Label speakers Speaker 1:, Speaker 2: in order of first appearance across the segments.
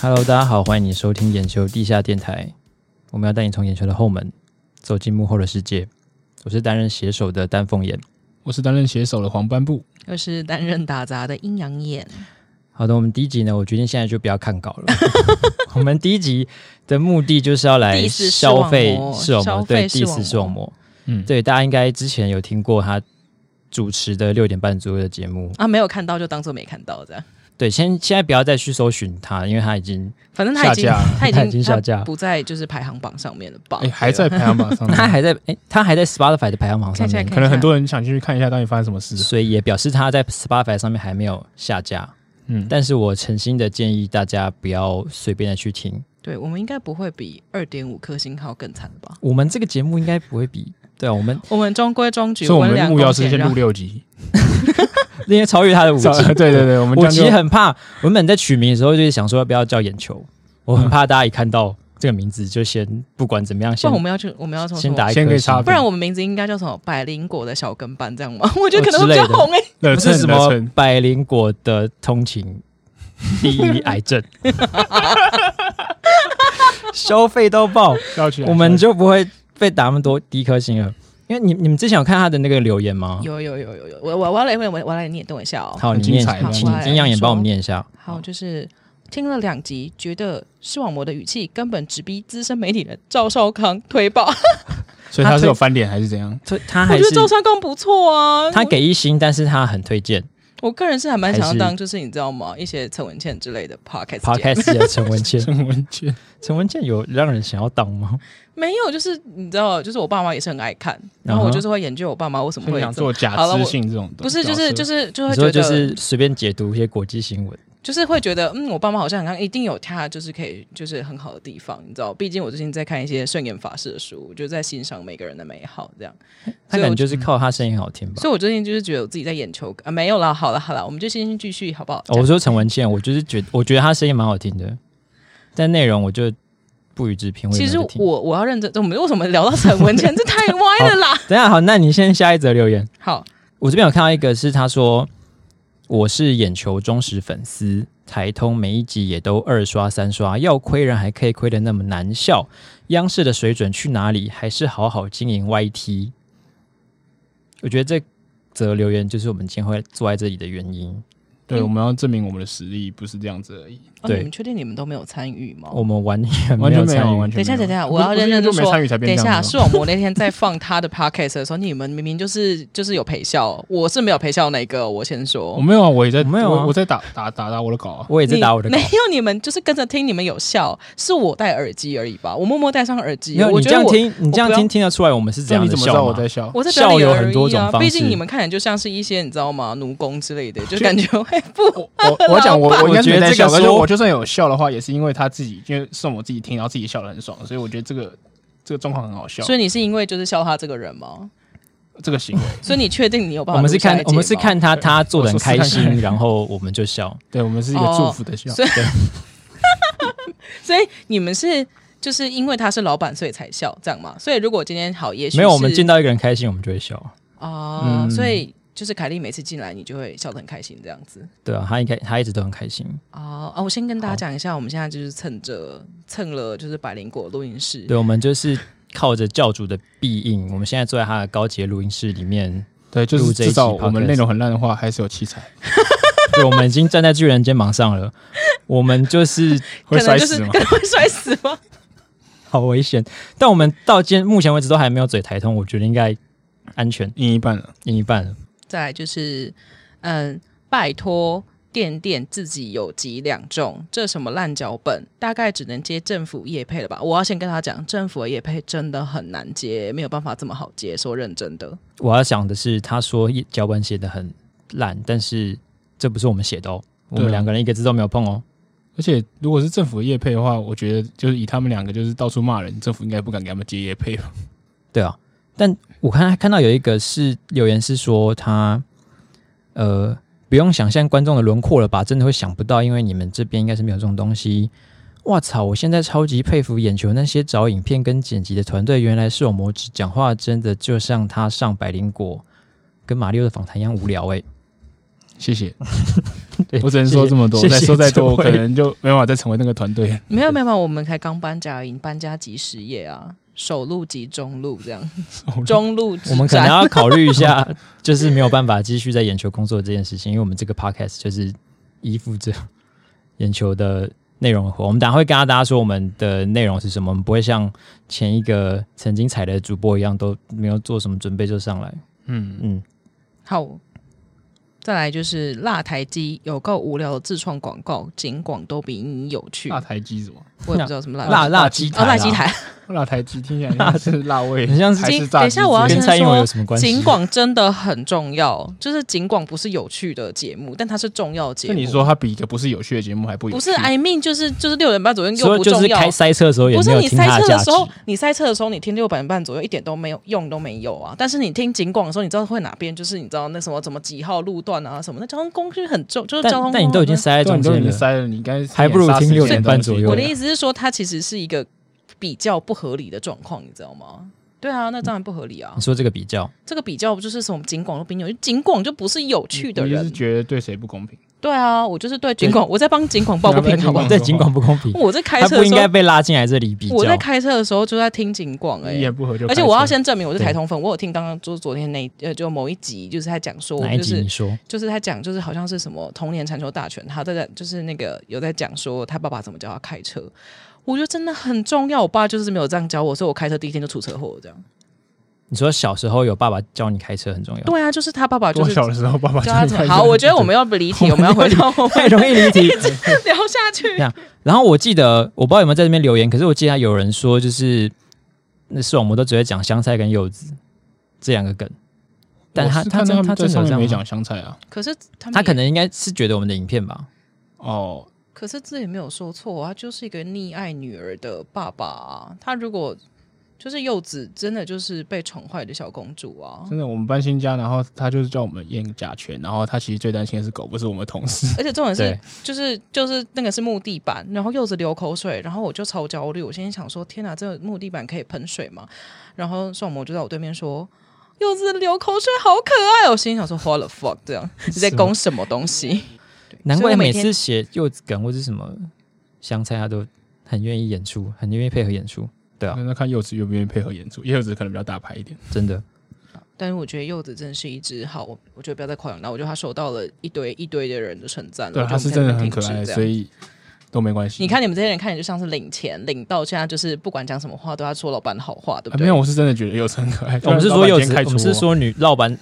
Speaker 1: Hello，大家好，欢迎你收听眼球地下电台。我们要带你从眼球的后门走进幕后的世界。我是担任写手的丹凤眼。
Speaker 2: 我是担任写手的黄斑布，
Speaker 3: 又是担任打杂的阴阳眼，
Speaker 1: 好的，我们第一集呢，我决定现在就不要看稿 了。我们第一集的目的就是要来
Speaker 3: 第一次视
Speaker 1: 消
Speaker 3: 网
Speaker 1: 费
Speaker 3: 膜
Speaker 1: 视网膜，
Speaker 3: 消
Speaker 1: 对，
Speaker 3: 费
Speaker 1: 第一
Speaker 3: 视
Speaker 1: 次
Speaker 3: 网
Speaker 1: 视网
Speaker 3: 膜
Speaker 1: 膜。
Speaker 2: 嗯，
Speaker 1: 对，大家应该之前有听过他主持的六点半左右的节目。
Speaker 3: 啊，没有看到就当做没看到这样。
Speaker 1: 对，先现在不要再去搜寻他，因为他已经
Speaker 3: 反正他已经
Speaker 2: 下架
Speaker 3: 他已
Speaker 1: 他
Speaker 3: 经
Speaker 1: 已经下架
Speaker 3: 不在就是排行榜上面了吧？
Speaker 2: 哎，还在排行榜 上面，
Speaker 1: 他还在哎，他还在 Spotify 的排行榜上
Speaker 3: 嗯看起来
Speaker 1: 面，
Speaker 3: 看
Speaker 2: 可能很多人想进去看一下到底发生什么事。
Speaker 1: 所以也表示他在 Spotify 上面还没有下架。
Speaker 2: 嗯，
Speaker 1: 但是我诚心的建议大家不要随便的去听，
Speaker 3: 对我们应该不会比二点五颗星号更惨吧？
Speaker 1: 我们这个节目应该不会比对啊，我 们
Speaker 3: 我们中规中矩，
Speaker 2: 所以我们的
Speaker 3: 两
Speaker 2: 目标是
Speaker 3: 先
Speaker 2: 先录六集，
Speaker 1: 应该超越他的五级。
Speaker 2: 对 对对，我们这
Speaker 1: 我
Speaker 2: 样
Speaker 1: 其
Speaker 2: 就
Speaker 1: 实很怕，我原本在取名的时候就是想说要不要叫眼球，我很怕大家一看到这个名字就先不管怎么样，
Speaker 3: 不
Speaker 1: 先
Speaker 3: 然我们要去我们要从什
Speaker 1: 先
Speaker 3: 么？
Speaker 1: 打一
Speaker 2: 先
Speaker 1: 颗
Speaker 2: 给
Speaker 1: 星
Speaker 2: 差评
Speaker 3: 不然我们名字应该叫什么？百灵果的小跟班这样吗？ 我觉得可能
Speaker 1: 哦之
Speaker 3: 会比
Speaker 1: 类
Speaker 3: 较
Speaker 1: 的
Speaker 3: 红哎、
Speaker 2: 热
Speaker 1: 不是
Speaker 2: 忱
Speaker 1: 什
Speaker 2: 热
Speaker 1: 么
Speaker 2: 忱，
Speaker 1: 百灵果的通勤第一癌 症，消费到爆，
Speaker 2: 要去
Speaker 1: 我们就不会被打那么多低颗星了。因为你你们之前有看他的那个留言吗？
Speaker 3: 有有有有有，我我我要来我我要来念，等我一下哦。
Speaker 1: 好，
Speaker 2: 很
Speaker 1: 你
Speaker 2: 精
Speaker 1: 念，
Speaker 2: 彩
Speaker 1: 请
Speaker 2: 的
Speaker 1: 请
Speaker 3: 好
Speaker 1: 阴阳眼帮我们念一下。
Speaker 3: 好，就是听了两集，觉得视网膜的语气根本直逼资深媒体人赵少康推爆。
Speaker 2: 所以他是有翻脸还是怎样？
Speaker 1: 他他
Speaker 3: 我
Speaker 1: 还
Speaker 3: 觉
Speaker 1: 是
Speaker 3: 得赵少康不错啊，
Speaker 1: 他
Speaker 3: 我
Speaker 1: 给一星，但是他很推 荐
Speaker 3: 我个人是还蛮想
Speaker 1: 还
Speaker 3: 要
Speaker 1: 是
Speaker 3: 当，就是你知道吗？一些陈文茜之类的 podcast 节目
Speaker 1: Podcast 的陈文茜。
Speaker 2: 郑文健，
Speaker 1: 陈文茜有让人想要当吗？
Speaker 3: 没有，就是你知道，就是我爸妈也是很爱看，
Speaker 1: 嗯
Speaker 3: 然后
Speaker 1: 哼
Speaker 3: 我就是会研究我爸妈为什么
Speaker 2: 他
Speaker 3: 会
Speaker 2: 想
Speaker 3: 这么
Speaker 2: 做假
Speaker 3: 好了
Speaker 2: 知
Speaker 3: 我
Speaker 2: 性这种的，啊
Speaker 3: 不是，就是就是是就
Speaker 1: 你
Speaker 3: 会
Speaker 1: 说
Speaker 3: 觉得
Speaker 1: 就是随便解读一些国际新闻，
Speaker 3: 就是会觉得，嗯，我爸妈好像好像一定有他就是可以就是很好的地方，你知道？毕竟我最近在看一些顺眼法师的书，我就在欣赏每个人的美好，这样。
Speaker 1: 他
Speaker 3: 所
Speaker 1: 可
Speaker 3: 以
Speaker 1: 能
Speaker 3: 我
Speaker 1: 就是靠他声音好听吧。
Speaker 3: 所以我最近就是觉得我自己在眼球啊，没有啦，好了好了，我们就先继续好不好？
Speaker 1: 哦我说陈文茜，我就是觉我觉得他声音蛮好听的，但内容我就不予置评。也
Speaker 3: 其
Speaker 1: 没
Speaker 3: 实
Speaker 1: 有听
Speaker 3: 我我要认真，我们为什么聊到陈 文茜？这太歪了啦！
Speaker 1: 等一下好，那你先下一则留言。
Speaker 3: 好，
Speaker 1: 我这边有看到一个是他说我是眼球忠实粉丝，台通每一集也都二刷三刷，要亏人还可以亏得那么难笑，央视的水准去哪里？还是好好经营 YT。我觉得这则留言就是我们今天会坐在这里的原因。
Speaker 2: 对，我们要证明我们的实力不是这样子而已，
Speaker 3: 哦、
Speaker 1: 对
Speaker 3: 你们确定你们都没有参与吗？
Speaker 1: 我们完全
Speaker 2: 完
Speaker 1: 没
Speaker 2: 全
Speaker 1: 有啊
Speaker 2: 没
Speaker 1: 参
Speaker 2: 有，
Speaker 1: 与
Speaker 2: 完，
Speaker 3: 等
Speaker 2: 全
Speaker 3: 一下，等一
Speaker 2: 没有。
Speaker 3: 下，我要
Speaker 2: 不是
Speaker 3: 认真
Speaker 2: 不是因为没
Speaker 3: 说，
Speaker 2: 参与才
Speaker 3: 等
Speaker 2: 变
Speaker 3: 一
Speaker 2: 这
Speaker 3: 下，
Speaker 1: 啊
Speaker 2: 样子
Speaker 3: 视网膜那天在放他的 podcast 的时候，你们明明就是就是有陪笑，我是没有陪笑那个，我先
Speaker 2: 我
Speaker 3: 说。
Speaker 2: 没有啊，我也在
Speaker 1: 我没有啊
Speaker 2: 我我在打打打打我的稿啊，
Speaker 1: 我也在
Speaker 3: 你
Speaker 1: 打我的稿
Speaker 3: 没。有，你们就是跟着听，你们有笑，是我戴耳机而已吧？我默默戴上耳机，
Speaker 1: 没有，
Speaker 3: 我
Speaker 1: 你
Speaker 3: 觉
Speaker 1: 这
Speaker 3: 得
Speaker 1: 样
Speaker 3: 我
Speaker 1: 听，你这样
Speaker 3: 我不要
Speaker 1: 听听得出来我们是怎
Speaker 2: 这
Speaker 1: 样
Speaker 2: 你
Speaker 1: 的
Speaker 2: 怎么知
Speaker 1: 笑
Speaker 2: 道
Speaker 1: 吗？
Speaker 2: 我在笑？
Speaker 3: 我在表
Speaker 1: 笑
Speaker 3: 演
Speaker 1: 有
Speaker 3: 而已
Speaker 1: 很多种
Speaker 3: 啊，
Speaker 1: 方
Speaker 3: 毕
Speaker 1: 式
Speaker 3: 竟你们看起来就像是一些你知道吗，奴工之类的，就感觉会不
Speaker 2: 我 我我讲我我应该是没在笑，
Speaker 1: 我觉得这个
Speaker 2: 但是
Speaker 1: 说
Speaker 2: 我就算有笑的话，也是因为他自己，因为是我自己听，然后自己笑得很爽，所以我觉得这个这个状况很好笑，
Speaker 3: 所以你是因为就是笑他这个人吗？
Speaker 2: 这个行为，
Speaker 3: 所以你确定你有办法？
Speaker 1: 我们是看我们是，看他
Speaker 2: 对
Speaker 1: 他做的很
Speaker 2: 我说试
Speaker 1: 开
Speaker 2: 看
Speaker 1: 心，
Speaker 2: 看
Speaker 1: 然后我们就 笑。
Speaker 2: 对我们是一个祝福的笑
Speaker 3: 哦，所 所以你们是就是因为他是老板，所以才笑这样吗？所以如果今天好，也许
Speaker 1: 没有，我们
Speaker 3: 是
Speaker 1: 见到一个人开心，我们就会笑。
Speaker 3: 啊、
Speaker 1: 嗯
Speaker 3: 所以就是凯莉每次进来，你就会笑得很开心这样子。
Speaker 1: 对啊，他应该他一直都很开心。
Speaker 3: 哦啊！我先跟大家讲一下，我们现在就是趁着蹭了就是百灵果录音室，
Speaker 1: 对，我们就是靠着教主的庇应，我们现在坐在他的高级录音室里面，
Speaker 2: 对，就
Speaker 1: 录
Speaker 2: 是
Speaker 1: 这一
Speaker 2: 至少
Speaker 1: 期
Speaker 2: 我
Speaker 1: podcast
Speaker 2: 们内容很烂的话，还是有器材，
Speaker 1: 对，我们已经站在巨人肩膀上了。我们就是
Speaker 2: 会
Speaker 3: 可能
Speaker 2: 摔
Speaker 3: 就是
Speaker 2: 死吗
Speaker 3: 可？能会摔死吗？
Speaker 1: 好危险，但我们到今目前为止都还没有嘴台通，我觉得应该安全
Speaker 2: 赢一半了，
Speaker 1: 赢一半了。
Speaker 3: 再来就是，嗯，拜托店店自己有几两重，这什么烂脚本，大概只能接政府业配了吧？我要先跟他讲，政府的业配真的很难接，没有办法这么好接。说认真的，
Speaker 1: 我要想的是，他说脚本写的很烂，但是这不是我们写的哦，我
Speaker 2: 对
Speaker 1: 们
Speaker 2: 啊
Speaker 1: 两个人一个字都没有碰哦。
Speaker 2: 而且如果是政府的业配的话，我觉得就是以他们两个就是到处骂人，政府应该不敢给他们接业配吧？
Speaker 1: 对啊，但我看看到有一个是留言是说他，呃，不用想象观众的轮廓了吧？真的会想不到，因为你们这边应该是没有这种东西。哇操！我现在超级佩服眼球那些找影片跟剪辑的团队，原来视网膜只讲话真的就像他上百灵果跟马里奥的访谈一样无聊诶、
Speaker 2: 谢谢。
Speaker 1: 欸对
Speaker 2: 我只能说这么多，
Speaker 1: 谢谢
Speaker 2: 再说再多，
Speaker 1: 谢
Speaker 2: 我
Speaker 1: 谢
Speaker 2: 可能就没办法再成为那个团队了。
Speaker 3: 没有没有没有，我们才刚搬家而已，搬家即实业啊，首路及中路这样，中路之
Speaker 1: 我们可能
Speaker 3: 战
Speaker 1: 要考虑一 下，就是没有办法继续在眼球工作这件事情，因为我们这个 podcast 就是依附着眼球的内容活。我们等一下会跟大家说我们的内容是什么，我们不会像前一个曾经踩雷的主播一样都没有做什么准备就上来。
Speaker 2: 嗯，
Speaker 1: 嗯，
Speaker 3: 好。再来就是辣台机有够无聊的自创广告，景广都比你有趣。
Speaker 2: 辣台鸡什么？
Speaker 3: 我也不知道什么辣
Speaker 1: 辣辣
Speaker 2: 鸡
Speaker 1: 鸡
Speaker 3: 哦
Speaker 1: 台，
Speaker 3: 辣鸡，台，
Speaker 2: 辣台鸡听起 来像是辣味，
Speaker 1: 很像是
Speaker 2: 还是
Speaker 3: 鸡
Speaker 2: 炸
Speaker 3: 等
Speaker 2: 鸡
Speaker 3: 一
Speaker 2: 之
Speaker 3: 下
Speaker 2: 类的？
Speaker 3: 我要
Speaker 1: 跟
Speaker 3: 先
Speaker 1: 蔡英文有什么关系？
Speaker 3: 景广真的很重要。就是景广不是有趣的节目，但它是重要的节
Speaker 2: 那
Speaker 3: 目。
Speaker 2: 你说它比一个不是有趣的节目还不有趣？
Speaker 3: 不是？I 哎 mean，就是就是六点半左右
Speaker 1: 所
Speaker 3: 又
Speaker 1: 以
Speaker 3: 不
Speaker 1: 就
Speaker 3: 重
Speaker 1: 是
Speaker 3: 要。
Speaker 1: 开塞车的时候也
Speaker 3: 不
Speaker 1: 没
Speaker 3: 是
Speaker 1: 有
Speaker 3: 你
Speaker 1: 听
Speaker 3: 塞
Speaker 1: 它
Speaker 3: 车
Speaker 1: 价
Speaker 3: 的
Speaker 1: 值
Speaker 3: 时。候，你塞车的时候，你听六百半左右一点都没有用都没有啊。但是你听警广的时候，你知道会哪边就是你知道那什么怎么几号路段啊什么，那交通工具很重，就是交
Speaker 1: 但
Speaker 3: 通。
Speaker 1: 但你都已经。塞在
Speaker 2: 对啊，
Speaker 1: 中
Speaker 2: 你都已
Speaker 1: 间
Speaker 2: 经
Speaker 1: 了，
Speaker 2: 塞了，你应该
Speaker 1: 还不如听6点半左右
Speaker 3: 我的意思是说，它其实是一个比较不合理的状况，你知道吗？对啊，那当然不合理啊
Speaker 1: 你。说这个比 较，
Speaker 3: 这个比较不就是什么警广都比你有，警广就不是有趣的
Speaker 2: 你是
Speaker 3: 人。
Speaker 2: 觉得对谁不公平？
Speaker 3: 对啊，我就是对警广，我在帮警广抱不平，好
Speaker 2: 我
Speaker 3: 吧
Speaker 2: 们？
Speaker 1: 在尽管不公平，
Speaker 3: 我在开
Speaker 1: 他
Speaker 3: 车
Speaker 1: 不
Speaker 3: 的
Speaker 1: 应
Speaker 3: 时
Speaker 1: 该
Speaker 3: 候，
Speaker 1: 被拉进来这里比较。
Speaker 3: 我在开车的时候就在听警广哎、
Speaker 2: 一言不合就开
Speaker 3: 而
Speaker 2: 车。
Speaker 3: 且我要先证明我是
Speaker 1: 对
Speaker 3: 台通粉，我有听刚刚就是昨天那一呃就某一集，就是他讲说，
Speaker 1: 哪一
Speaker 3: 就
Speaker 1: 集
Speaker 3: 是
Speaker 1: 你说？
Speaker 3: 就是他讲就是好像是什么童年禅修大全，他在就是那个有在讲说他爸爸怎么教他开车，我觉得真的很重要。我爸就是没有这样教我，所以我开车第一天就出车祸这样。
Speaker 1: 你说小时候有爸爸教你开车很重要，
Speaker 3: 对啊，就是他爸爸就
Speaker 2: 多
Speaker 3: 是
Speaker 2: 小的时候，爸爸
Speaker 3: 教他怎
Speaker 2: 就开
Speaker 3: 么
Speaker 2: 车
Speaker 3: 好。我觉得我们要离题，我们要回到 我们
Speaker 1: 太容易离题。
Speaker 3: 聊下去。
Speaker 1: 然后我记得，我不知道有没有在这边留言，可是我记得有人说，就是那视网膜都只会讲香菜跟柚子这两个梗，但他
Speaker 2: 我是
Speaker 1: 他
Speaker 2: 看到
Speaker 1: 真
Speaker 2: 他
Speaker 1: 他
Speaker 2: 们
Speaker 1: 真
Speaker 2: 在
Speaker 1: 的
Speaker 2: 上
Speaker 1: 有这样
Speaker 2: 面没
Speaker 1: 吗
Speaker 2: 讲香菜啊。
Speaker 3: 可是他们
Speaker 1: 他可
Speaker 3: 也
Speaker 1: 能应该是觉得我们的影片吧，
Speaker 2: 哦，
Speaker 3: 可是这也没有说错啊，他就是一个溺爱女儿的爸爸啊。他如果就是柚子，真的就是被宠坏的小公主啊。
Speaker 2: 真的，我们搬新家，然后他就是叫我们验甲醛，然后他其实最担心的是狗，不是我们同 事。
Speaker 3: 而且重点是
Speaker 1: 对，
Speaker 3: 就是就是那个是木地板，然后柚子流口水，然后我就超焦虑。我心里想说，天哪，这个木地板可以喷水吗？然后宋魔就在我对面说。柚子流口水，好可爱哦！我心里想说，What the fuck，这样你在攻什么东西？
Speaker 1: 难
Speaker 3: 所以
Speaker 1: 怪
Speaker 3: 我每
Speaker 1: 每
Speaker 3: 天
Speaker 1: 次写柚子梗或是什么香菜，他都很愿意演出，很愿意配合演出。对啊
Speaker 2: 那，那看柚子愿不愿意配合演出，柚子可能比较大牌一点。
Speaker 1: 真的，
Speaker 3: 但是我觉得柚子真的是一只好，我我觉得不要再夸奖他，我觉得他受到了一堆一堆的人的称赞了。
Speaker 2: 对，
Speaker 3: 我觉
Speaker 2: 他是
Speaker 3: 得我们
Speaker 2: 真的
Speaker 3: 才能
Speaker 2: 很
Speaker 3: 停
Speaker 2: 可
Speaker 3: 止
Speaker 2: 爱，
Speaker 3: 这样
Speaker 2: 所以都没关系。
Speaker 3: 你看你们这些人看起来就像是领钱，领到现在就是不管讲什么话都要说老板好话，对不
Speaker 2: 啊，
Speaker 3: 对？
Speaker 2: 没有，我是真的觉得柚子很可爱。
Speaker 1: 我们是说
Speaker 2: 老
Speaker 1: 柚
Speaker 2: 板今
Speaker 1: 子
Speaker 2: 天开，
Speaker 1: 我
Speaker 2: 除
Speaker 1: 们是
Speaker 2: 我，
Speaker 1: 说女老板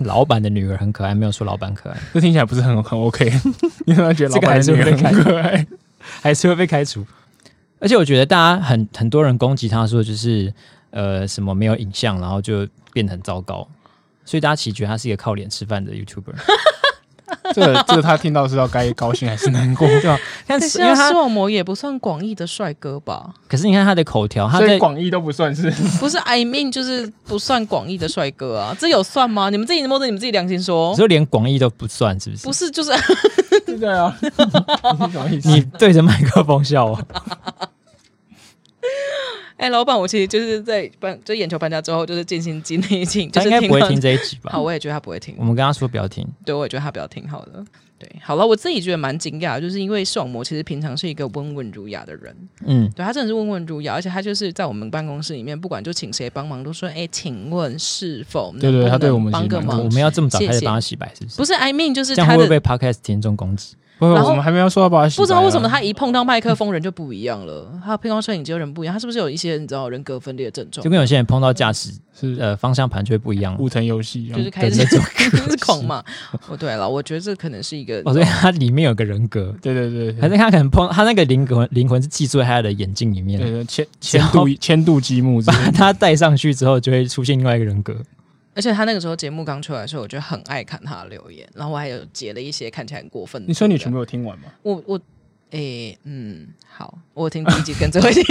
Speaker 1: 老板的女儿很可爱，没有说老板可爱，
Speaker 2: 这听起来不是很很 OK，因为 他觉得
Speaker 1: 这
Speaker 2: 老
Speaker 1: 个还
Speaker 2: 板
Speaker 1: 是
Speaker 2: 的女
Speaker 1: 会
Speaker 2: 儿
Speaker 1: 被开
Speaker 2: 很可爱。
Speaker 1: 还是会被开除。而且我觉得大家很很多人攻击他说，就是呃什么没有影像，然后就变得很糟糕，所以大家其实觉得他是一个靠脸吃饭的 YouTuber。
Speaker 2: 这个这个他听到是要该高兴还是难过？对吧？
Speaker 1: 但
Speaker 3: 但
Speaker 1: 是
Speaker 3: 是
Speaker 1: 因为
Speaker 3: 视
Speaker 1: 他，
Speaker 3: 网膜也不算广义的帅哥吧？
Speaker 1: 可是你看他的口条，他
Speaker 2: 所以
Speaker 1: 在
Speaker 2: 啊广义都不算 是。
Speaker 3: 不是，I mean 就是不算广义的帅哥啊， 这有算吗？你们自己摸着你们自己良心说
Speaker 1: 你，说连广义都不算，是不是？
Speaker 3: 不是 就是
Speaker 2: 对啊， 你什么意思？
Speaker 1: 你对着麦克风笑 啊！
Speaker 3: 哎，老板，我其实就是在搬，就眼球搬家之后，就是尽心尽力尽，就
Speaker 1: 他
Speaker 3: 是
Speaker 1: 应该不会
Speaker 3: 到
Speaker 1: 听。这一集吧
Speaker 3: 好，？我也觉得他不会听
Speaker 1: 我，们跟他说不要听，
Speaker 3: 对我也觉得他比较挺好的。对，好了，我自己觉得蛮惊讶的，就是因为视网膜其实平常是一个温文儒雅的人，
Speaker 1: 嗯，
Speaker 3: 对他真的是温文儒雅，而且他就是在我们办公室里面，不管就请谁帮忙，都说：“哎，请问是否能
Speaker 2: 对对
Speaker 3: 不
Speaker 2: 他对
Speaker 3: 能
Speaker 2: 我们
Speaker 3: 帮
Speaker 2: 其实
Speaker 3: 个
Speaker 2: 蛮
Speaker 3: 忙
Speaker 1: 我们要这么早
Speaker 3: 谢
Speaker 1: 开始
Speaker 3: 谢
Speaker 1: 帮他洗白，是不？”是？
Speaker 3: 不是，I mean，就是
Speaker 1: 这样
Speaker 3: 他
Speaker 1: 会不
Speaker 3: 的
Speaker 1: 会被 Podcast 听众攻击？
Speaker 2: 不会，
Speaker 3: 然后
Speaker 2: 我们还没有说要把它洗白啊
Speaker 3: 不知道为什么他一碰到麦克风人就不一样了，他碰到摄影机就人不一样，他是不是有一些你知道人格分裂的症状
Speaker 1: 就？跟有些人碰到驾驶
Speaker 2: 是
Speaker 1: 呃方向盘就会不一样。
Speaker 2: 五层游戏，啊
Speaker 3: 就
Speaker 1: 的
Speaker 3: 是开始
Speaker 1: 那种
Speaker 3: 就是狂骂。哦，对了，我觉得这可能是一个
Speaker 1: 哦，所以他里面有个人格，
Speaker 2: 对对对
Speaker 1: 可
Speaker 2: 对
Speaker 1: 是他可能碰他那个灵魂灵魂是寄宿在他的眼睛里
Speaker 2: 对
Speaker 1: 面，
Speaker 3: 嗯
Speaker 2: 对，千千 度千度积木之类
Speaker 1: 把
Speaker 2: 的，
Speaker 1: 他带上去之后就会出现另外一个人格。
Speaker 3: 而且他那个时候节目刚出来的时候，我就很爱看他的留言，然后我还有截了一些看起来很过分的。
Speaker 2: 你说你全部有听完吗？
Speaker 3: 我我诶、嗯好，我有听第一集跟最后一集，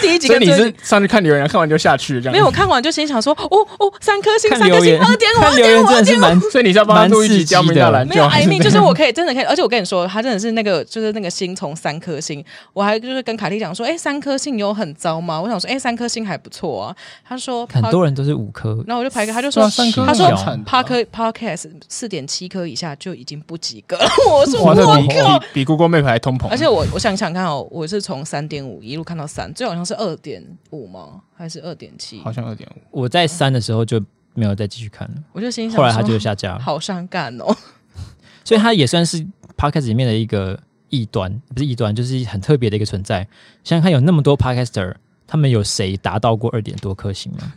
Speaker 3: 第一集
Speaker 2: 所
Speaker 3: 跟
Speaker 2: 以你
Speaker 3: 最后
Speaker 2: 是
Speaker 3: 一集。
Speaker 2: 上去看留言，看完就下去这样？
Speaker 3: 没有，我，看完就心想说，哦哦，三颗星，
Speaker 1: 看
Speaker 3: 三颗
Speaker 1: 留
Speaker 3: 星，哦
Speaker 1: 言
Speaker 3: 啊二点，五，
Speaker 1: 看
Speaker 3: 二
Speaker 1: 留
Speaker 3: 点
Speaker 1: 言
Speaker 3: 五，
Speaker 1: 真
Speaker 3: 二
Speaker 1: 的
Speaker 3: 点
Speaker 1: 是
Speaker 3: 五。
Speaker 1: 蛮
Speaker 2: 所以你是要帮他录一集教明大篮
Speaker 3: 没
Speaker 2: 球
Speaker 3: 有
Speaker 2: 还
Speaker 3: ，I
Speaker 2: 是怎
Speaker 3: mean，就
Speaker 2: 么
Speaker 3: 是
Speaker 2: 样
Speaker 3: 我可以真的可以，而且我跟你说，他真的是那个就是那个星从三颗星，我还就是跟凯莉讲说，哎、三颗星有很糟吗？我想说，哎、三颗星还不错啊。他说，
Speaker 1: 很多人都是五颗，
Speaker 3: 然后我就排个，他就
Speaker 2: 对
Speaker 3: 说
Speaker 2: 啊，三颗
Speaker 3: 他
Speaker 2: 很
Speaker 3: 说
Speaker 1: 小
Speaker 2: 惨的啊
Speaker 3: p 颗 podcast 四点七颗以下就已经不及 格了。我说
Speaker 2: 哇，
Speaker 3: 我
Speaker 2: 这比
Speaker 3: 靠！
Speaker 2: 比比 Google Map 还通膨，啊
Speaker 3: 而且我我想想看哦，我是从三点五一路看到三，最好像是二点五吗？还是二点七
Speaker 2: 好？像二点五。
Speaker 1: 我在三的时候就没有再继续看了，
Speaker 3: 我就心想
Speaker 1: 后
Speaker 3: 说，
Speaker 1: 来它就下架了，
Speaker 3: 好伤感哦。
Speaker 1: 所以它也算是 podcast 里面的一个异端，不是异端，就是很特别的一个存在。想想看，有那么多 podcaster，他们有谁达到过二点多颗星吗？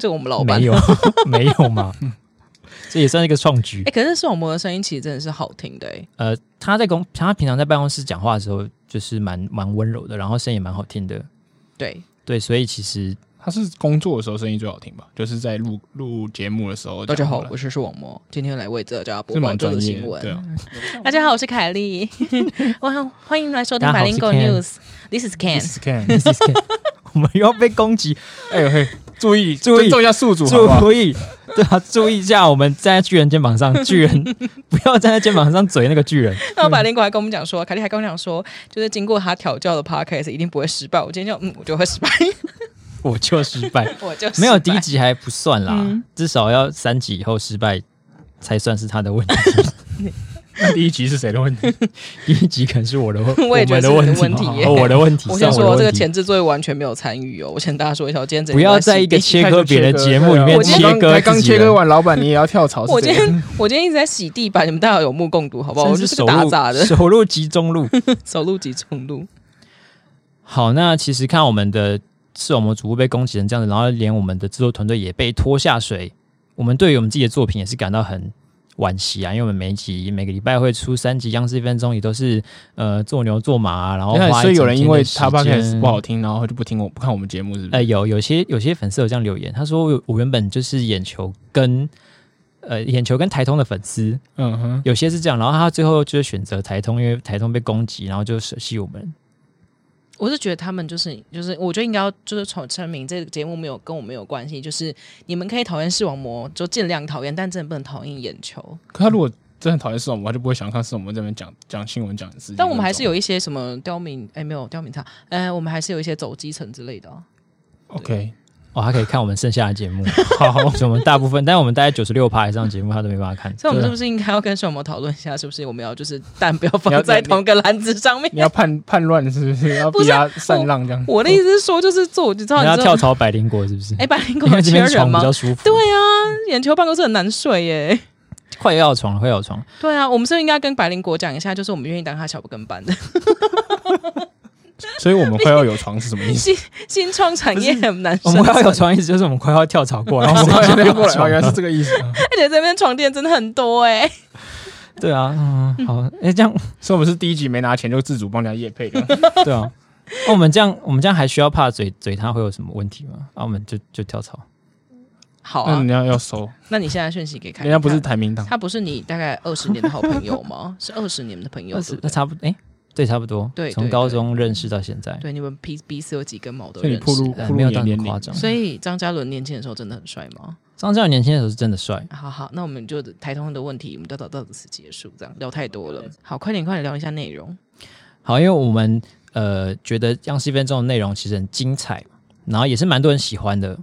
Speaker 3: 这我们老板
Speaker 1: 没有， 没有吗？这也算是一个创举
Speaker 3: 哎、。可是视网膜的声音其实真的是好听的哎、
Speaker 1: 呃，他在公，他平常在办公室讲话的时候，就是蛮蛮温柔的，然后声音也蛮好听的。
Speaker 3: 对，
Speaker 1: 对，所以其实
Speaker 2: 他是工作的时候声音最好听吧？就是在录录节目的时候。
Speaker 3: 大家好，我是视网膜，今天来为大家播
Speaker 2: 是
Speaker 3: 报
Speaker 2: 蛮
Speaker 3: 这
Speaker 2: 专
Speaker 3: 个
Speaker 2: 业
Speaker 3: 新
Speaker 2: 的，
Speaker 3: 闻。
Speaker 2: 对啊。
Speaker 3: 大家好，我是凯莉， 我很欢迎来收听
Speaker 1: 大家好
Speaker 3: b i l i n g u
Speaker 1: 我是 Ken
Speaker 3: News。This is Ken。
Speaker 2: Scan，
Speaker 1: 我们又要被攻击，
Speaker 2: 哎 呦嘿，注意
Speaker 1: 注意
Speaker 2: 尊重一下宿主好不好？
Speaker 1: 注意， 对啊，注意一下，我们站在巨人肩膀上，巨人 不要站在肩膀上嘴那个巨人。
Speaker 3: 然后百灵果还跟我们讲说，凯莉还跟我讲说，就是经过他调教的 podcast 一定不会失败。我今天就嗯，我就会失败，
Speaker 1: 我就失 败，
Speaker 3: 我就失败
Speaker 1: 没有第一。集还不算啦，
Speaker 3: 嗯
Speaker 1: 至少要三集以后失败才算是他的 问题。
Speaker 2: 那第一集是谁的问题？
Speaker 1: 第一集可能是我的问，
Speaker 3: 我也觉
Speaker 1: 们
Speaker 3: 得
Speaker 1: 的
Speaker 3: 是
Speaker 1: 问
Speaker 3: 你的问题耶
Speaker 1: 哦我的问题，
Speaker 3: 我先
Speaker 1: 算我
Speaker 3: 说，这
Speaker 1: 的
Speaker 3: 个
Speaker 1: 问题。
Speaker 3: 前置作业完全没有参与哦。我先大家说一下，我今天整
Speaker 1: 不要在一个
Speaker 3: 在洗
Speaker 1: 切割别人节目里面
Speaker 3: 我今
Speaker 1: 切
Speaker 3: 天
Speaker 1: 割
Speaker 2: 才啊刚
Speaker 1: 自己
Speaker 2: 切
Speaker 1: 人
Speaker 2: 割完，老板你也要跳槽？
Speaker 3: 我
Speaker 2: 是
Speaker 3: 今
Speaker 2: 这样
Speaker 3: 天我今天一直在洗地板，你们大家有目共睹，好不好？我
Speaker 1: 真
Speaker 3: 就是是
Speaker 1: 手
Speaker 3: 个打 杂
Speaker 1: 入
Speaker 3: 的，
Speaker 1: 手入集中路。
Speaker 3: 走路即重录。
Speaker 1: 好，那其实看我们的视网膜主播被攻击成这样子，然后连我们的制作团队也被拖下水，我们对于我们自己的作品也是感到很惋惜啊，因为我们每一集每个礼拜会出三集央视一分钟，也都是呃做牛做马、啊，然后
Speaker 2: 你看，
Speaker 1: 花
Speaker 2: 所以有人因为他
Speaker 1: 他
Speaker 2: podcast 不好听，然后就不听我不看我们节目，是不
Speaker 1: 呃，
Speaker 2: 是？
Speaker 1: 有有些有些粉丝有这样留言，他说我我原本就是眼球跟呃眼球跟台通的粉丝，
Speaker 2: 嗯哼，
Speaker 1: 有些是这样，然后他最后就是选择台通，因为台通被攻击，然后就舍弃我们。
Speaker 3: 我是觉得他们就是就是，我觉得应该要就是从声明这个节目没有跟我没有关系，就是你们可以讨厌视网膜，就尽量讨厌，但真的不能讨厌眼球。
Speaker 2: 可他如果真的讨厌视网膜，他就不会想看视网膜这边讲讲新闻讲事情。
Speaker 3: 嗯但我们还是有一些什么刁民，哎，没有刁民差，呃，我们还是有一些走基层之类的啊、
Speaker 2: OK，
Speaker 1: 哦，他可以看我们剩下的节目，好，所以我们大部分，但我们大概九十六趴以上的节目他都没办法看。
Speaker 3: 所以我们
Speaker 2: 对啊
Speaker 3: 是不是应该要跟视网膜讨论一下，是不是我们要就是蛋不要
Speaker 2: 你要
Speaker 3: 放在同一个篮子上面
Speaker 2: 你？要叛叛乱是不是？要
Speaker 3: 不
Speaker 2: 逼
Speaker 3: 是
Speaker 2: 他散浪这样？
Speaker 3: 我的意思是说，就是做，你知道
Speaker 1: 你要
Speaker 3: 你知
Speaker 1: 跳
Speaker 3: 道，
Speaker 1: 槽百灵果是不是？
Speaker 3: 哎，百灵果
Speaker 1: 因为
Speaker 3: 有
Speaker 1: 这
Speaker 3: 缺
Speaker 1: 边
Speaker 3: 人
Speaker 1: 床比
Speaker 3: 吗
Speaker 1: 较？舒服。
Speaker 3: 对，啊，眼球办公室很难睡耶。
Speaker 1: 快要床了，快要床了。
Speaker 3: 对啊，我们是不是应该跟百灵果讲一下，就是我们愿意当他小跟班的。
Speaker 2: 所以我们快要有床是什么意思？
Speaker 3: 新新创产业很难
Speaker 1: 我
Speaker 3: 生
Speaker 1: 们
Speaker 3: 存，
Speaker 1: 快要有床意思就是我们快要跳槽过来，
Speaker 2: 然后我们现在过来，哦
Speaker 1: 床
Speaker 2: 原来是这个意思。
Speaker 3: 而且这边床垫真的很多哎、
Speaker 1: 对啊，嗯，好，哎、这样
Speaker 2: 所以我们是第一集没拿钱就自主帮人家夜 配的。
Speaker 1: 对啊。那、我们这样，我们这样还需要怕嘴嘴他会有什么问题吗？啊，我们就就跳槽。
Speaker 3: 好
Speaker 2: 那
Speaker 3: 啊
Speaker 2: 嗯
Speaker 1: 嗯
Speaker 2: 你，要要收，
Speaker 3: 那你现在讯息给凯，
Speaker 2: 人家不是台民党，
Speaker 3: 他不是你大概二十年的好朋友吗？ 是二十年的朋友，
Speaker 1: 那
Speaker 3: 对
Speaker 1: 是
Speaker 3: 不
Speaker 1: 那
Speaker 3: 对
Speaker 1: 差不多，哎、对，差不多。
Speaker 3: 对对
Speaker 1: 从高中认识到现在，
Speaker 3: 对，你们彼彼此有几根毛都
Speaker 2: 所以你
Speaker 3: 认
Speaker 2: 铺
Speaker 3: 识
Speaker 2: 路。
Speaker 1: 呃
Speaker 2: 铺路
Speaker 1: 没有
Speaker 2: 你
Speaker 1: 到
Speaker 2: 的
Speaker 1: 很
Speaker 2: 年
Speaker 1: 夸
Speaker 2: 龄。
Speaker 1: 张。
Speaker 3: 所以张嘉伦年轻的时候真的很帅吗？
Speaker 1: 张嘉尔年轻的时候是真的帅，
Speaker 3: 好好，那我们就台通的问题，我们就到到此结束，这样聊太多了。好，快点快点聊一下内容。
Speaker 1: 好，因为我们呃觉得央视一分钟的内容其实很精彩，然后也是蛮多人喜欢的。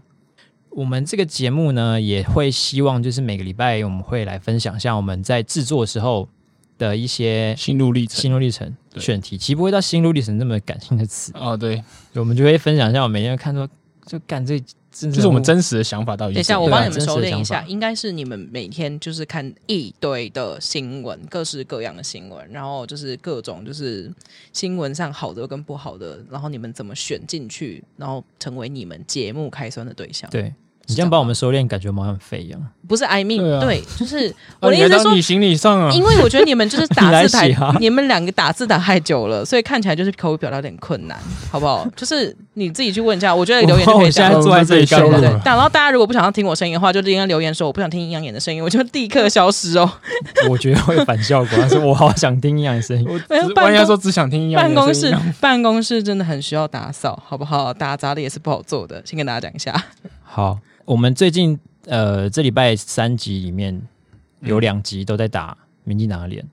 Speaker 1: 我们这个节目呢，也会希望就是每个礼拜我们会来分享一下我们在制作时候的一些
Speaker 2: 心路历程
Speaker 1: 心路历程、
Speaker 2: 对
Speaker 1: 选题，其实不会到心路历程这么感性的词，
Speaker 2: 哦，对，
Speaker 1: 我们就会分享一下我每天看说，就干这真
Speaker 2: 就是我们真实的想法到底
Speaker 3: 等一
Speaker 2: 是怎
Speaker 3: 下，
Speaker 2: 样。
Speaker 3: 我
Speaker 1: 对啊
Speaker 3: 帮你们
Speaker 1: 真实的
Speaker 3: 收敛一
Speaker 1: 想
Speaker 3: 下，
Speaker 1: 法
Speaker 3: 应该是你们每天就是看一堆的新闻，各式各样的新闻，然后就是各种就是新闻上好的跟不好的，然后你们怎么选进去，然后成为你们节目开酸的对象。，
Speaker 1: 对。你这样把我们收敛，感觉我们很废一样。
Speaker 3: 不是 I mean，
Speaker 2: 对啊
Speaker 3: 对，就是
Speaker 2: 啊
Speaker 3: 我的
Speaker 2: 你
Speaker 3: 意
Speaker 2: 来
Speaker 3: 思是
Speaker 2: 当
Speaker 3: 说
Speaker 2: 你，行李上啊，
Speaker 3: 因为我觉得你们就是
Speaker 1: 你
Speaker 3: 打
Speaker 1: 来
Speaker 3: 字太，
Speaker 1: 写啊
Speaker 3: 你们两个打字打太久了，所以看起来就是口语表达有点困难，好不好？ 就是你自己去问一下，我觉得留言就可以
Speaker 1: 我现
Speaker 3: 讲
Speaker 1: 在
Speaker 3: 了。
Speaker 1: 坐在这里干嘛
Speaker 2: 我
Speaker 3: 对
Speaker 2: 们被羞
Speaker 3: 对
Speaker 2: 辱
Speaker 3: 对，
Speaker 2: 了
Speaker 3: 但然后大家如果不想要听我声音的话，就应该留言说我不想听阴阳眼的声音，我就立刻消失哦。
Speaker 1: 我觉得会有反效果，但是我好想听阴阳声音。
Speaker 2: 我
Speaker 3: 没有
Speaker 2: 只
Speaker 3: 哎办
Speaker 2: 万一他
Speaker 3: 公
Speaker 2: 说只想听一样
Speaker 3: 办
Speaker 2: 的
Speaker 3: 公
Speaker 2: 声音
Speaker 3: 室
Speaker 2: 啊
Speaker 3: 办公室真的很需要打扫，好不好？打杂的也是不好做的，先跟大家讲一下。
Speaker 1: 好，我们最近呃这礼拜三集里面有两集都在打民进党的脸，